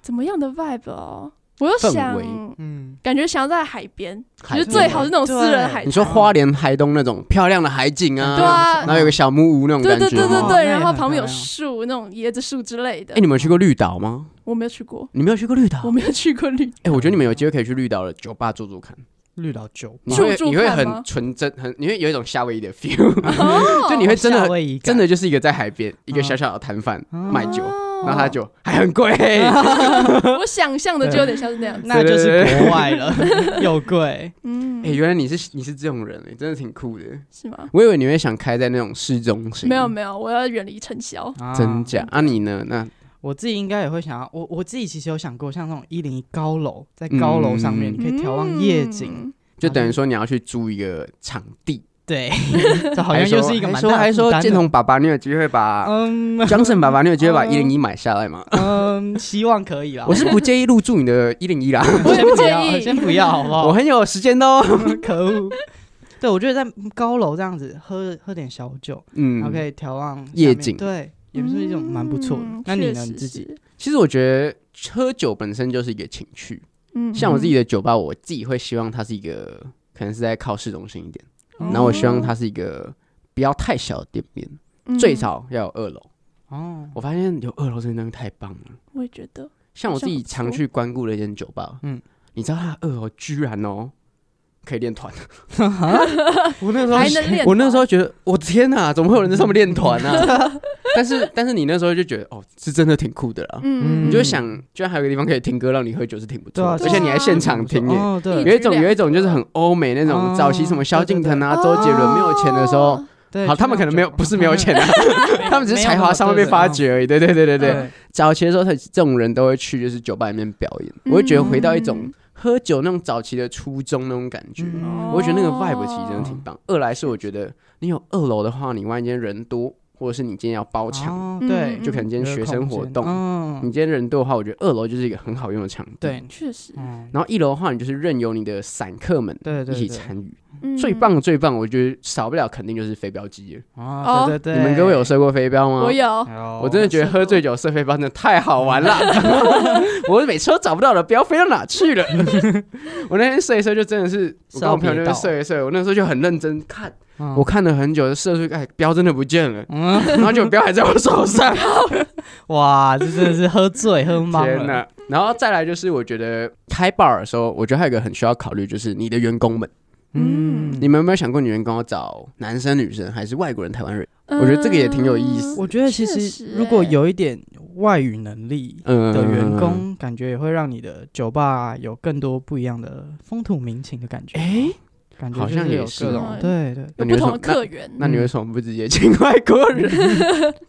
[SPEAKER 4] 怎么样的 vibe 哦？我又
[SPEAKER 5] 氛
[SPEAKER 4] 想
[SPEAKER 5] 围，
[SPEAKER 3] 嗯，
[SPEAKER 4] 感觉想要在海边，
[SPEAKER 5] 海
[SPEAKER 4] 就
[SPEAKER 5] 边
[SPEAKER 4] 是嗯最好是那种私人
[SPEAKER 3] 对
[SPEAKER 4] 海
[SPEAKER 5] 你，说花莲、台东那种漂亮的海景啊，
[SPEAKER 4] 对啊
[SPEAKER 5] 然后有个小木屋那种
[SPEAKER 4] 对
[SPEAKER 5] 感觉
[SPEAKER 4] 对
[SPEAKER 5] 吗，
[SPEAKER 4] 对对
[SPEAKER 3] 哦
[SPEAKER 4] 对，
[SPEAKER 3] 那也
[SPEAKER 4] 然后
[SPEAKER 3] 很
[SPEAKER 4] 旁边有
[SPEAKER 3] 漂亮
[SPEAKER 4] 树，那种椰子树之类的
[SPEAKER 5] 哎、。你们有去过绿岛吗？
[SPEAKER 4] 我没有去过，
[SPEAKER 5] 你没有去过绿岛？
[SPEAKER 4] 我没有去过绿
[SPEAKER 5] 哎、我觉得你们有机会可以去绿岛的酒吧住住看，
[SPEAKER 3] 绿岛酒
[SPEAKER 5] 你会
[SPEAKER 4] 住住
[SPEAKER 5] 你会
[SPEAKER 4] 看吗
[SPEAKER 5] 很纯真，很你会有一种夏威夷的 feel，、
[SPEAKER 4] [LAUGHS] 岛，
[SPEAKER 5] [LAUGHS] [LAUGHS] 就你会真的
[SPEAKER 3] 哦夏威夷感
[SPEAKER 5] 真的就是一个在海边一个
[SPEAKER 3] 嗯
[SPEAKER 5] 小小的摊贩
[SPEAKER 3] 嗯
[SPEAKER 5] 卖酒，
[SPEAKER 4] 哦
[SPEAKER 5] 然后他酒还很贵，
[SPEAKER 4] [LAUGHS]
[SPEAKER 5] 哎
[SPEAKER 4] 我想象的就有点像是那样
[SPEAKER 3] [LAUGHS]
[SPEAKER 4] 子。
[SPEAKER 3] 那就是国外了， [LAUGHS] 又贵。
[SPEAKER 4] 嗯，
[SPEAKER 5] [LAUGHS] 哎、原来你是你是这种人、哎，真的挺酷的。
[SPEAKER 4] 是吗？
[SPEAKER 5] 我以为你会想开在那种市中心，
[SPEAKER 4] 没有没有，我要远离尘嚣。
[SPEAKER 3] 啊
[SPEAKER 5] 真假啊？你呢？那
[SPEAKER 3] 我自己应该也会想要，我我自己其实有想过，像那种一零一高楼，在高楼上面、
[SPEAKER 5] 嗯
[SPEAKER 3] 你可以眺望夜景，
[SPEAKER 4] 嗯，
[SPEAKER 5] 就
[SPEAKER 3] 啊
[SPEAKER 5] 等于说你要去租一个场地，
[SPEAKER 3] 对， [LAUGHS] 这好像又是一个蛮大
[SPEAKER 5] 还说
[SPEAKER 3] 的
[SPEAKER 5] 还
[SPEAKER 3] 负
[SPEAKER 5] 说
[SPEAKER 3] 担的
[SPEAKER 5] 建同爸爸，你有机
[SPEAKER 3] [LAUGHS]
[SPEAKER 5] 会把
[SPEAKER 3] 嗯
[SPEAKER 5] Johnson 爸爸，你有机会把
[SPEAKER 4] 嗯
[SPEAKER 5] 一零一买下来吗？
[SPEAKER 3] 嗯，希望可以啦。
[SPEAKER 5] 我是不介意入住你的一零一
[SPEAKER 3] [LAUGHS]
[SPEAKER 5] 啦，
[SPEAKER 4] 我也
[SPEAKER 3] 先
[SPEAKER 4] 不
[SPEAKER 3] 不
[SPEAKER 4] 介
[SPEAKER 3] 要，
[SPEAKER 4] 意
[SPEAKER 3] 先不要，好不
[SPEAKER 5] 我
[SPEAKER 3] 好？
[SPEAKER 5] 很有时间的哦。
[SPEAKER 3] [LAUGHS] 可恶。对，我觉得在高楼这样子喝喝点小酒，然
[SPEAKER 5] 嗯
[SPEAKER 3] 后可以眺望下
[SPEAKER 5] 夜
[SPEAKER 3] 面
[SPEAKER 5] 景
[SPEAKER 3] 对，也是一种蛮不错的
[SPEAKER 4] 嗯。
[SPEAKER 3] 那你
[SPEAKER 4] 确
[SPEAKER 3] 呢？
[SPEAKER 4] 实
[SPEAKER 3] 你自己
[SPEAKER 4] 是
[SPEAKER 5] 其实我觉得喝酒本身就是一个情趣，
[SPEAKER 4] 嗯
[SPEAKER 5] 像我自己的酒吧，我自己会希望它是一个可能是在靠市中心一点，
[SPEAKER 3] 嗯
[SPEAKER 5] 然后我希望它是一个不要太小的店面，
[SPEAKER 4] 嗯
[SPEAKER 5] 最少要有二楼。
[SPEAKER 3] 哦，
[SPEAKER 5] 我发现有二楼真的太棒了。
[SPEAKER 4] 我也觉得
[SPEAKER 5] 像我自己
[SPEAKER 4] 好像
[SPEAKER 5] 常
[SPEAKER 4] 不错
[SPEAKER 5] 去光顾的一间酒吧，嗯
[SPEAKER 3] 嗯，
[SPEAKER 5] 你知道它二楼居然哦可以练团，
[SPEAKER 4] 哦
[SPEAKER 3] 我那时
[SPEAKER 4] 还能练。
[SPEAKER 5] 我那时候觉得我天哪，怎么会有人在上面练团啊？
[SPEAKER 4] 嗯
[SPEAKER 5] [LAUGHS] 但是但是你那时候就觉得哦，是真的挺酷的啦。
[SPEAKER 4] 嗯，
[SPEAKER 5] 你就会想，居然还有个地方可以听歌，让你喝酒是挺不错的，
[SPEAKER 3] 对
[SPEAKER 5] 而
[SPEAKER 4] 啊
[SPEAKER 5] 且你还现场听耶。
[SPEAKER 3] 哦，对
[SPEAKER 5] 有一种有一种就是很欧美那种
[SPEAKER 3] 哦
[SPEAKER 5] 早期什么萧敬腾啊、
[SPEAKER 4] 对对
[SPEAKER 5] 周
[SPEAKER 4] 对
[SPEAKER 5] 杰伦没有钱的时
[SPEAKER 4] 哦
[SPEAKER 5] 候，
[SPEAKER 3] 对，
[SPEAKER 5] 好，
[SPEAKER 3] 去
[SPEAKER 5] 他们
[SPEAKER 3] 那
[SPEAKER 5] 可
[SPEAKER 3] 种
[SPEAKER 5] 能没
[SPEAKER 3] [LAUGHS]
[SPEAKER 5] 有
[SPEAKER 3] 酒吧
[SPEAKER 5] [LAUGHS] 不是没有钱啊，他们只是才华上面被发。掘而已。对对对对对，早期的时候，他这种人都会去就是酒吧里面表演，我会觉得回到一种
[SPEAKER 4] 嗯
[SPEAKER 5] 喝酒那种早期的初衷那种感觉。
[SPEAKER 3] 嗯哦
[SPEAKER 5] 我会觉得那个 vibe 其实真的挺棒。二来是我觉得你有二楼的话，你万一今天人多，或者是你今天要包场，
[SPEAKER 3] 哦
[SPEAKER 4] 嗯
[SPEAKER 3] 对
[SPEAKER 4] 嗯，
[SPEAKER 5] 就可能今天学生活动，
[SPEAKER 3] 嗯，
[SPEAKER 5] 你今天人多的话，我觉得二楼就是一个很好用的场地。
[SPEAKER 3] 对，
[SPEAKER 4] 确实，
[SPEAKER 3] 嗯，
[SPEAKER 5] 然后一楼的话，你就是任由你的散客们
[SPEAKER 3] 对
[SPEAKER 5] 一
[SPEAKER 3] 对，
[SPEAKER 5] 起
[SPEAKER 3] 对
[SPEAKER 5] 参与。
[SPEAKER 4] 嗯
[SPEAKER 5] 最棒的最棒，我觉得少不了肯定就是飞镖机了。
[SPEAKER 3] 哦，对对对，哦
[SPEAKER 5] 你们各位有射过飞镖吗？
[SPEAKER 4] 我有，
[SPEAKER 3] 有，
[SPEAKER 5] 哦我真的觉得喝醉酒射飞镖真的太好
[SPEAKER 3] [LAUGHS]
[SPEAKER 5] 玩了，我每次都找不到了，不要飞到哪
[SPEAKER 3] [LAUGHS]
[SPEAKER 5] 去了。我那天射一射就真的是，我跟我朋友就是射一射，我那时候就很认真看，
[SPEAKER 3] 嗯
[SPEAKER 5] 我看了很久，射出去哎标真的不见了，
[SPEAKER 3] 嗯，
[SPEAKER 5] 然后就标还在我手
[SPEAKER 3] [LAUGHS]
[SPEAKER 5] 上，
[SPEAKER 3] 哇，这真的是喝醉喝
[SPEAKER 5] 天
[SPEAKER 3] 懵了，
[SPEAKER 5] 哪！然后再来就是我觉得开 bar 的时候，我觉得还有一个很需要考虑就是你的员工们，
[SPEAKER 4] 嗯
[SPEAKER 5] 你们有没有想过你员工要找男生、女生还是外国人、台湾人？嗯我觉得这个也挺有意思
[SPEAKER 4] 嗯
[SPEAKER 3] 我觉得其
[SPEAKER 4] 确
[SPEAKER 3] 实
[SPEAKER 4] 实
[SPEAKER 3] 如果
[SPEAKER 4] 欸
[SPEAKER 3] 有一点外语能力
[SPEAKER 5] 嗯，
[SPEAKER 3] 的员。工，感觉也会让你的酒吧有更多不一样的风土民情的感觉。
[SPEAKER 5] 哎，
[SPEAKER 3] 感觉
[SPEAKER 5] 好
[SPEAKER 3] 就
[SPEAKER 5] 像
[SPEAKER 3] 是
[SPEAKER 5] 也
[SPEAKER 3] 有
[SPEAKER 5] 是
[SPEAKER 3] 各
[SPEAKER 4] 哦
[SPEAKER 3] 种对对，
[SPEAKER 5] 那你
[SPEAKER 4] 有不
[SPEAKER 5] 为什
[SPEAKER 4] 同
[SPEAKER 5] 么
[SPEAKER 4] 的客源，
[SPEAKER 5] 那你
[SPEAKER 3] 嗯
[SPEAKER 5] 为什么不直接请外国人？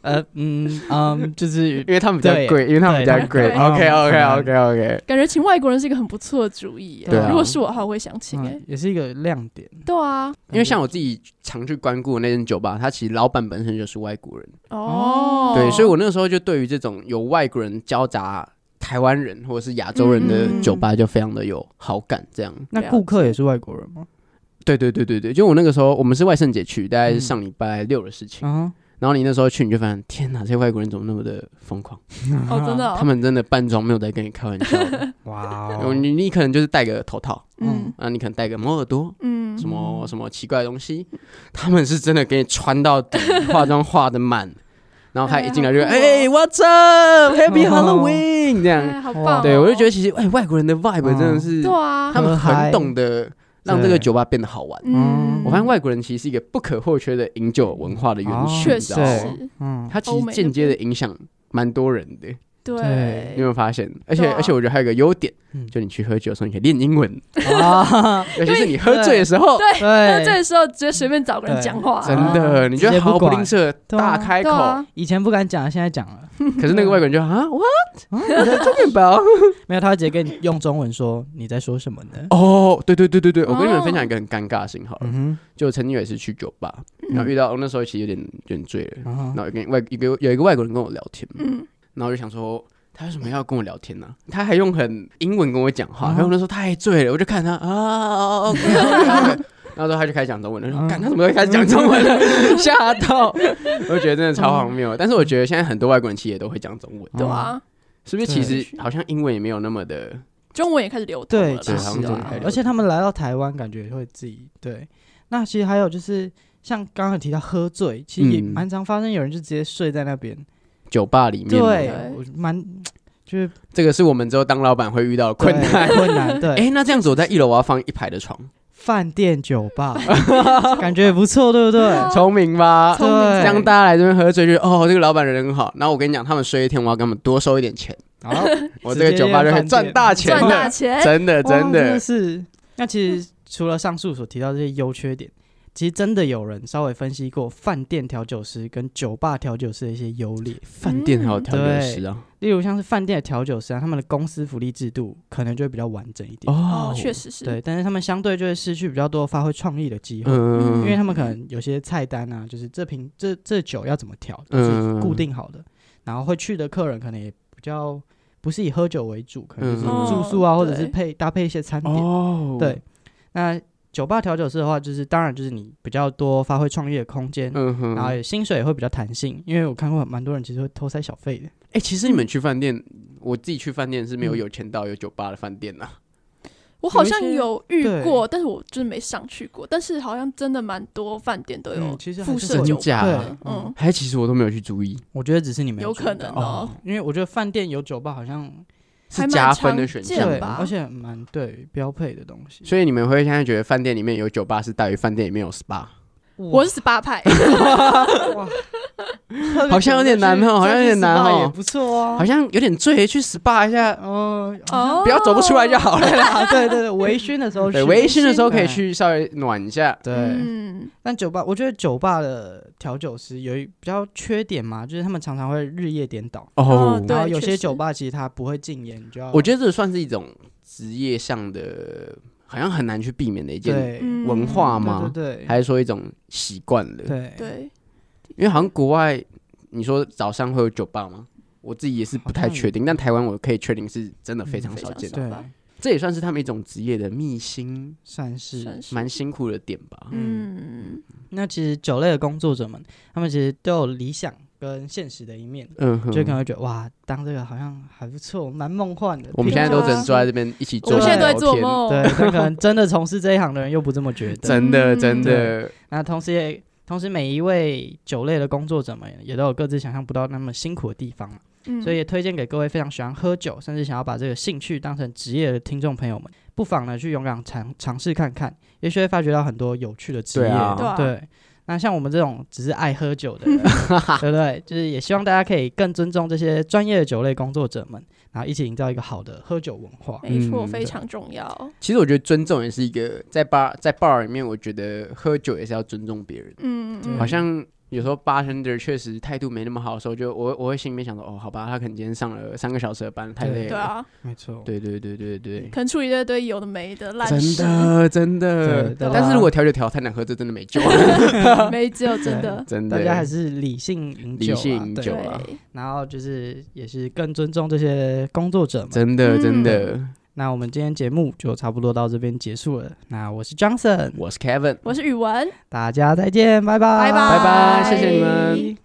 [SPEAKER 3] 呃嗯嗯，
[SPEAKER 4] [LAUGHS]
[SPEAKER 3] 就是
[SPEAKER 5] 因为他们比较
[SPEAKER 3] 对
[SPEAKER 5] 贵，因为他们比较贵。
[SPEAKER 4] 对嗯
[SPEAKER 5] OK OK OK OK，
[SPEAKER 4] 感觉请外国人是一个很不错的主意耶。
[SPEAKER 5] 对啊嗯
[SPEAKER 4] 如果是我的话，我会想请哎
[SPEAKER 3] 嗯。也是一个亮点，
[SPEAKER 4] 对啊，
[SPEAKER 5] 因为像我自己常去光顾的那间酒吧，它其实老板本身就是外国人，
[SPEAKER 4] 哦，
[SPEAKER 5] 对，所以我那个时候就对于这种有外国人交杂台湾人或者是亚洲人的
[SPEAKER 4] 嗯
[SPEAKER 5] 酒吧就非常的有好感。这样，
[SPEAKER 3] 那顾客也是外国人
[SPEAKER 5] [LAUGHS]
[SPEAKER 3] 吗？
[SPEAKER 5] 对对对对对，就我那个时候我们是万圣节去，大概是上礼拜六的事情。
[SPEAKER 4] 嗯
[SPEAKER 3] 啊，
[SPEAKER 5] 然后你那时候去，你就发现天哪，这些外国人怎么那么的疯狂？
[SPEAKER 3] 啊
[SPEAKER 4] 哦，真的哦，
[SPEAKER 5] 嗯他们真的扮装没有在跟你开玩
[SPEAKER 4] [LAUGHS]
[SPEAKER 5] 笑的。
[SPEAKER 3] 哇
[SPEAKER 5] 有
[SPEAKER 3] 哦，
[SPEAKER 5] 你你可能就是戴个头套，
[SPEAKER 4] 嗯
[SPEAKER 5] 啊，你可能戴个猫耳朵，
[SPEAKER 4] 嗯
[SPEAKER 5] 什么什么奇怪的东西， [LAUGHS] 他们是真的给你穿到底，化妆化的
[SPEAKER 4] [LAUGHS]
[SPEAKER 5] 满，然后他一进来就哎、
[SPEAKER 4] 哎
[SPEAKER 5] w h a t s up，Happy
[SPEAKER 3] 哦
[SPEAKER 5] Halloween 这样，
[SPEAKER 4] 哎，好棒哦！
[SPEAKER 5] 对我就觉得其实哎、外国人的 vibe 真的是
[SPEAKER 4] 对，啊
[SPEAKER 5] 他，们很懂得让这个
[SPEAKER 3] 对
[SPEAKER 5] 酒吧变得好玩。
[SPEAKER 3] 嗯
[SPEAKER 5] 我发现外国人其实是一个不可或缺的饮酒文化的元
[SPEAKER 3] 哦
[SPEAKER 5] 素，
[SPEAKER 4] 确
[SPEAKER 5] 你知
[SPEAKER 4] 实
[SPEAKER 5] 道吗
[SPEAKER 3] 对
[SPEAKER 4] 是，
[SPEAKER 5] [LAUGHS]
[SPEAKER 3] 嗯，
[SPEAKER 5] 它其实间接的影响蛮多人的，你
[SPEAKER 3] 对
[SPEAKER 4] 对
[SPEAKER 5] 有没，有发现？而且
[SPEAKER 4] 对啊
[SPEAKER 5] 而且我觉得还有一个优点
[SPEAKER 3] 嗯，
[SPEAKER 5] 就你去喝酒的时候你可以练英文，
[SPEAKER 3] 啊，
[SPEAKER 5] 尤其是你喝醉的时候，
[SPEAKER 4] 对，那这
[SPEAKER 3] 对，
[SPEAKER 4] 个时候直接随便找个人讲话，
[SPEAKER 5] 真
[SPEAKER 3] 啊
[SPEAKER 5] 的，你觉
[SPEAKER 3] 直接
[SPEAKER 5] 得
[SPEAKER 3] 不
[SPEAKER 5] 毫不
[SPEAKER 3] 管
[SPEAKER 5] 吝啬
[SPEAKER 3] 对
[SPEAKER 5] 大
[SPEAKER 3] 啊
[SPEAKER 5] 开
[SPEAKER 4] 对
[SPEAKER 5] 口，
[SPEAKER 4] 啊，
[SPEAKER 3] 以前不敢讲，现在讲
[SPEAKER 5] [LAUGHS]
[SPEAKER 3] 了，
[SPEAKER 5] 可是那个外国人就啊
[SPEAKER 3] 啊
[SPEAKER 5] ，what？你在这边吧？
[SPEAKER 3] [LAUGHS] 没有，他会直接跟你用中文说你在说什么呢？
[SPEAKER 5] 哦，对对对对对，我跟你们
[SPEAKER 4] 哦
[SPEAKER 5] 分享一个很尴尬的事情好了，
[SPEAKER 3] 嗯
[SPEAKER 5] 就我曾经有一次去酒吧，然后遇到我那时候其实有点有点醉了，
[SPEAKER 3] 哼，啊
[SPEAKER 5] 然后有跟外一个有一个外国人跟我聊天，
[SPEAKER 4] 嗯，
[SPEAKER 5] 然后我就想说。他为什么要跟我聊天呢、他还用很英文跟我讲话，
[SPEAKER 3] 啊
[SPEAKER 5] 然后那时候太醉了，我就看他啊，OK，然后之后他就开始讲中文了，
[SPEAKER 3] 啊
[SPEAKER 5] 说干他怎么会开始讲中文了，吓到，我就觉得真的超荒谬。但是我觉得现在很多外国人其实也都会讲中文，
[SPEAKER 4] 对
[SPEAKER 5] 嗯
[SPEAKER 4] 啊，
[SPEAKER 5] 是不是？
[SPEAKER 3] 对
[SPEAKER 5] 其实好像英文也没有那么的
[SPEAKER 4] 中文也开始流通
[SPEAKER 3] 对，
[SPEAKER 4] 了
[SPEAKER 3] 其
[SPEAKER 5] 对好
[SPEAKER 4] 啦，
[SPEAKER 5] 像
[SPEAKER 3] 实
[SPEAKER 5] 真
[SPEAKER 4] 对
[SPEAKER 5] 的
[SPEAKER 3] 啊
[SPEAKER 5] 开
[SPEAKER 4] 啊
[SPEAKER 5] 始，
[SPEAKER 3] 而且他们来到台湾，感觉会自己对。那其实还有就是，像刚刚有提到喝醉，其实也
[SPEAKER 5] 嗯
[SPEAKER 3] 蛮常发生，有人就直接睡在那边。
[SPEAKER 5] 酒吧里面。
[SPEAKER 3] 对
[SPEAKER 4] 对，
[SPEAKER 3] 我蛮就是
[SPEAKER 5] 这个是我们之后当老板会遇到的困难。
[SPEAKER 3] 对困难。对，
[SPEAKER 5] [LAUGHS] 哎，那这样子我在一楼我要放一排的床，
[SPEAKER 3] 饭店酒
[SPEAKER 4] [LAUGHS]
[SPEAKER 3] 吧 [LAUGHS] 感觉也不错，对不对？
[SPEAKER 5] 聪明吧？
[SPEAKER 4] 聪明
[SPEAKER 5] 这
[SPEAKER 3] 对，
[SPEAKER 5] 样大家来这边喝醉，就觉得哦，这个老板人很好。然后我跟你讲，他们睡一天，我要给他们多收一点钱，
[SPEAKER 3] 然后
[SPEAKER 5] 我这个酒吧就可以赚大钱
[SPEAKER 4] 赚大
[SPEAKER 5] 了。
[SPEAKER 4] 钱，
[SPEAKER 5] 真的，
[SPEAKER 3] 哇
[SPEAKER 5] 真的，
[SPEAKER 3] 是。那其实除了上述所提到这些优缺点，其实真的有人稍微分析过饭店调酒师跟酒吧调酒师的一些优劣。
[SPEAKER 5] 饭店还有调酒师啊。
[SPEAKER 3] 例如像是饭店的调酒师啊，他们的公司福利制度可能就会比较完整一点，
[SPEAKER 4] 哦，确实是，
[SPEAKER 3] 对，但是他们相对就会失去比较多发挥创意的机会，
[SPEAKER 5] 嗯，
[SPEAKER 3] 因为
[SPEAKER 5] 嗯
[SPEAKER 3] 他们可能有些菜单啊，就是这瓶这这酒要怎么调，就
[SPEAKER 5] 嗯
[SPEAKER 3] 是固定好的，然后会去的客人可能也比较不是以喝酒为主，可能就是
[SPEAKER 5] 嗯
[SPEAKER 3] 住宿啊，
[SPEAKER 4] 哦
[SPEAKER 3] 或者
[SPEAKER 4] 对
[SPEAKER 3] 是配搭配一些餐点，
[SPEAKER 5] 哦，
[SPEAKER 3] 对，，那酒吧调酒师的话，就是当然就是你比较多发挥创意的空间。
[SPEAKER 5] 嗯哼
[SPEAKER 3] 然后。也薪水也会比较弹性，因为我看过蛮多人其实会偷塞小费的。
[SPEAKER 5] 哎，其实你们去饭店，我自己去饭店是没有有钱到有酒吧的饭店啊呐。
[SPEAKER 4] 我好像
[SPEAKER 3] 有一些
[SPEAKER 4] 有遇
[SPEAKER 3] 对
[SPEAKER 4] 过，但是我就是没上去过。但是好像真的蛮多饭店都有
[SPEAKER 3] 嗯其实还
[SPEAKER 4] 附
[SPEAKER 3] 是
[SPEAKER 4] 设
[SPEAKER 5] 会有
[SPEAKER 4] 酒
[SPEAKER 5] 真假
[SPEAKER 4] 吧的，
[SPEAKER 3] 对
[SPEAKER 4] 嗯，
[SPEAKER 5] 还其实我都没有去注意，
[SPEAKER 3] 我觉得只是你们
[SPEAKER 4] 有可能哦，
[SPEAKER 3] 因为我觉得饭店有酒吧好像
[SPEAKER 5] 是
[SPEAKER 4] 还蛮
[SPEAKER 5] 加分的
[SPEAKER 4] 常
[SPEAKER 5] 选项
[SPEAKER 4] 见
[SPEAKER 5] 吗
[SPEAKER 3] 对，
[SPEAKER 4] 吧
[SPEAKER 3] 而且蛮对标配的东西。
[SPEAKER 5] 所以你们会现在觉得饭店里面有酒吧是大于饭店里面有 SPA，
[SPEAKER 4] 我是十八派，
[SPEAKER 5] 好像有点难哦好像有点难哦
[SPEAKER 3] 也不错啊，
[SPEAKER 5] 好像有点醉，去 SPA 一下，
[SPEAKER 3] 嗯，
[SPEAKER 4] 哦，
[SPEAKER 5] 不要走不出来就好了。
[SPEAKER 3] 对啦，对对 [LAUGHS] 对，微醺的时候去，
[SPEAKER 5] 对，微醺
[SPEAKER 3] 啊
[SPEAKER 5] 的时候可以
[SPEAKER 3] 对。
[SPEAKER 5] 去稍微暖一下。
[SPEAKER 3] 对，
[SPEAKER 4] 嗯，
[SPEAKER 3] 但酒吧，我觉得酒吧的调酒师有一比较缺点嘛，就是他们常常会日夜颠倒，
[SPEAKER 4] 哦对
[SPEAKER 3] 然后有
[SPEAKER 4] 确
[SPEAKER 3] 些
[SPEAKER 4] 实
[SPEAKER 3] 酒吧其实它不会禁烟，你就要
[SPEAKER 5] 我觉得这算是一种职业上的，好像很难去避免的一件，
[SPEAKER 3] 对
[SPEAKER 4] 嗯
[SPEAKER 5] 文化嘛
[SPEAKER 3] 对对对
[SPEAKER 5] 还是说一种习惯了。
[SPEAKER 3] 对
[SPEAKER 4] 对，
[SPEAKER 5] 因为好像国外，你说早上会有酒吧吗？我自己也是不太确定，但台湾我可以确定是真的非常少见
[SPEAKER 4] 嗯非常
[SPEAKER 5] 的。
[SPEAKER 4] 少
[SPEAKER 3] 对，
[SPEAKER 5] 这也算是他们一种职业的秘辛，
[SPEAKER 3] 算是
[SPEAKER 4] 算是
[SPEAKER 5] 蛮辛苦的点吧。
[SPEAKER 4] 嗯，
[SPEAKER 3] 那其实酒类的工作者们，他们其实都有理想跟现实的一面，
[SPEAKER 5] 嗯哼，
[SPEAKER 3] 就可能会觉得哇，当这个好像还不错，蛮梦幻的。
[SPEAKER 5] 我们现在都只能坐在这边一起
[SPEAKER 4] 我
[SPEAKER 5] 做，
[SPEAKER 4] 们现在都在做
[SPEAKER 5] 聊天。
[SPEAKER 4] 梦，
[SPEAKER 3] 对，但可能真的从事这一行的人又不这么觉得。
[SPEAKER 5] 真的，
[SPEAKER 4] 嗯
[SPEAKER 5] 真的，
[SPEAKER 3] 那同时也，同时每一位酒类的工作者们也都有各自想象不到那么辛苦的地方嘛，啊
[SPEAKER 4] 嗯
[SPEAKER 3] 所以也推荐给各位非常喜欢喝酒，甚至想要把这个兴趣当成职业的听众朋友们，不妨呢去勇敢尝尝试看看，也许会发掘到很多有趣的职业。
[SPEAKER 5] 对啊
[SPEAKER 4] 对啊
[SPEAKER 3] 那像我们这种只是爱喝酒的人，对不对？就是也希望大家可以更尊重这些专业的酒类工作者们，然后一起营造一个好的喝酒文化。
[SPEAKER 4] 没错，
[SPEAKER 5] 嗯
[SPEAKER 4] 非常重要，
[SPEAKER 5] 其实我觉得尊重也是一个在 bar 在 bar 里面，我觉得喝酒也是要尊重别人。
[SPEAKER 4] 嗯嗯
[SPEAKER 5] 好像有时候 bartender 确实态度没那么好的时候，就我我会心里面想说，哦，好吧，他可能今天上了三个小时的班，太累
[SPEAKER 4] 对
[SPEAKER 5] 了。
[SPEAKER 4] 啊，
[SPEAKER 3] 没错，
[SPEAKER 5] 对对对对对，
[SPEAKER 4] 可能处理一堆有的没的烂
[SPEAKER 5] 真
[SPEAKER 4] 事，
[SPEAKER 5] 的真的
[SPEAKER 3] 对。对
[SPEAKER 5] 但
[SPEAKER 3] 吧
[SPEAKER 5] 是如果调酒调太难喝，这真的没
[SPEAKER 3] [LAUGHS]
[SPEAKER 5] 救了，
[SPEAKER 4] 没只有真的，
[SPEAKER 5] 真的。
[SPEAKER 3] 大家还是理性饮
[SPEAKER 5] 理
[SPEAKER 3] 酒、啊，
[SPEAKER 5] 性饮
[SPEAKER 3] 对
[SPEAKER 5] 酒
[SPEAKER 3] 吧
[SPEAKER 5] 啊
[SPEAKER 4] 对，
[SPEAKER 3] 然后就是也是更尊重这些工作者们。
[SPEAKER 5] 真的
[SPEAKER 4] 嗯
[SPEAKER 5] 真的，
[SPEAKER 3] 那我们今天节目就差不多到这边结束了。那我是 Johnson，
[SPEAKER 5] 我是 Kevin，
[SPEAKER 4] 我是语文，
[SPEAKER 3] 大家再见，拜拜，
[SPEAKER 4] 拜拜
[SPEAKER 5] 拜拜，谢谢你们。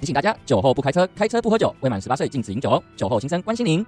[SPEAKER 1] 提醒大家，酒后不开车，开车不喝酒，未满十八岁禁止饮酒哦。酒后心生关心您。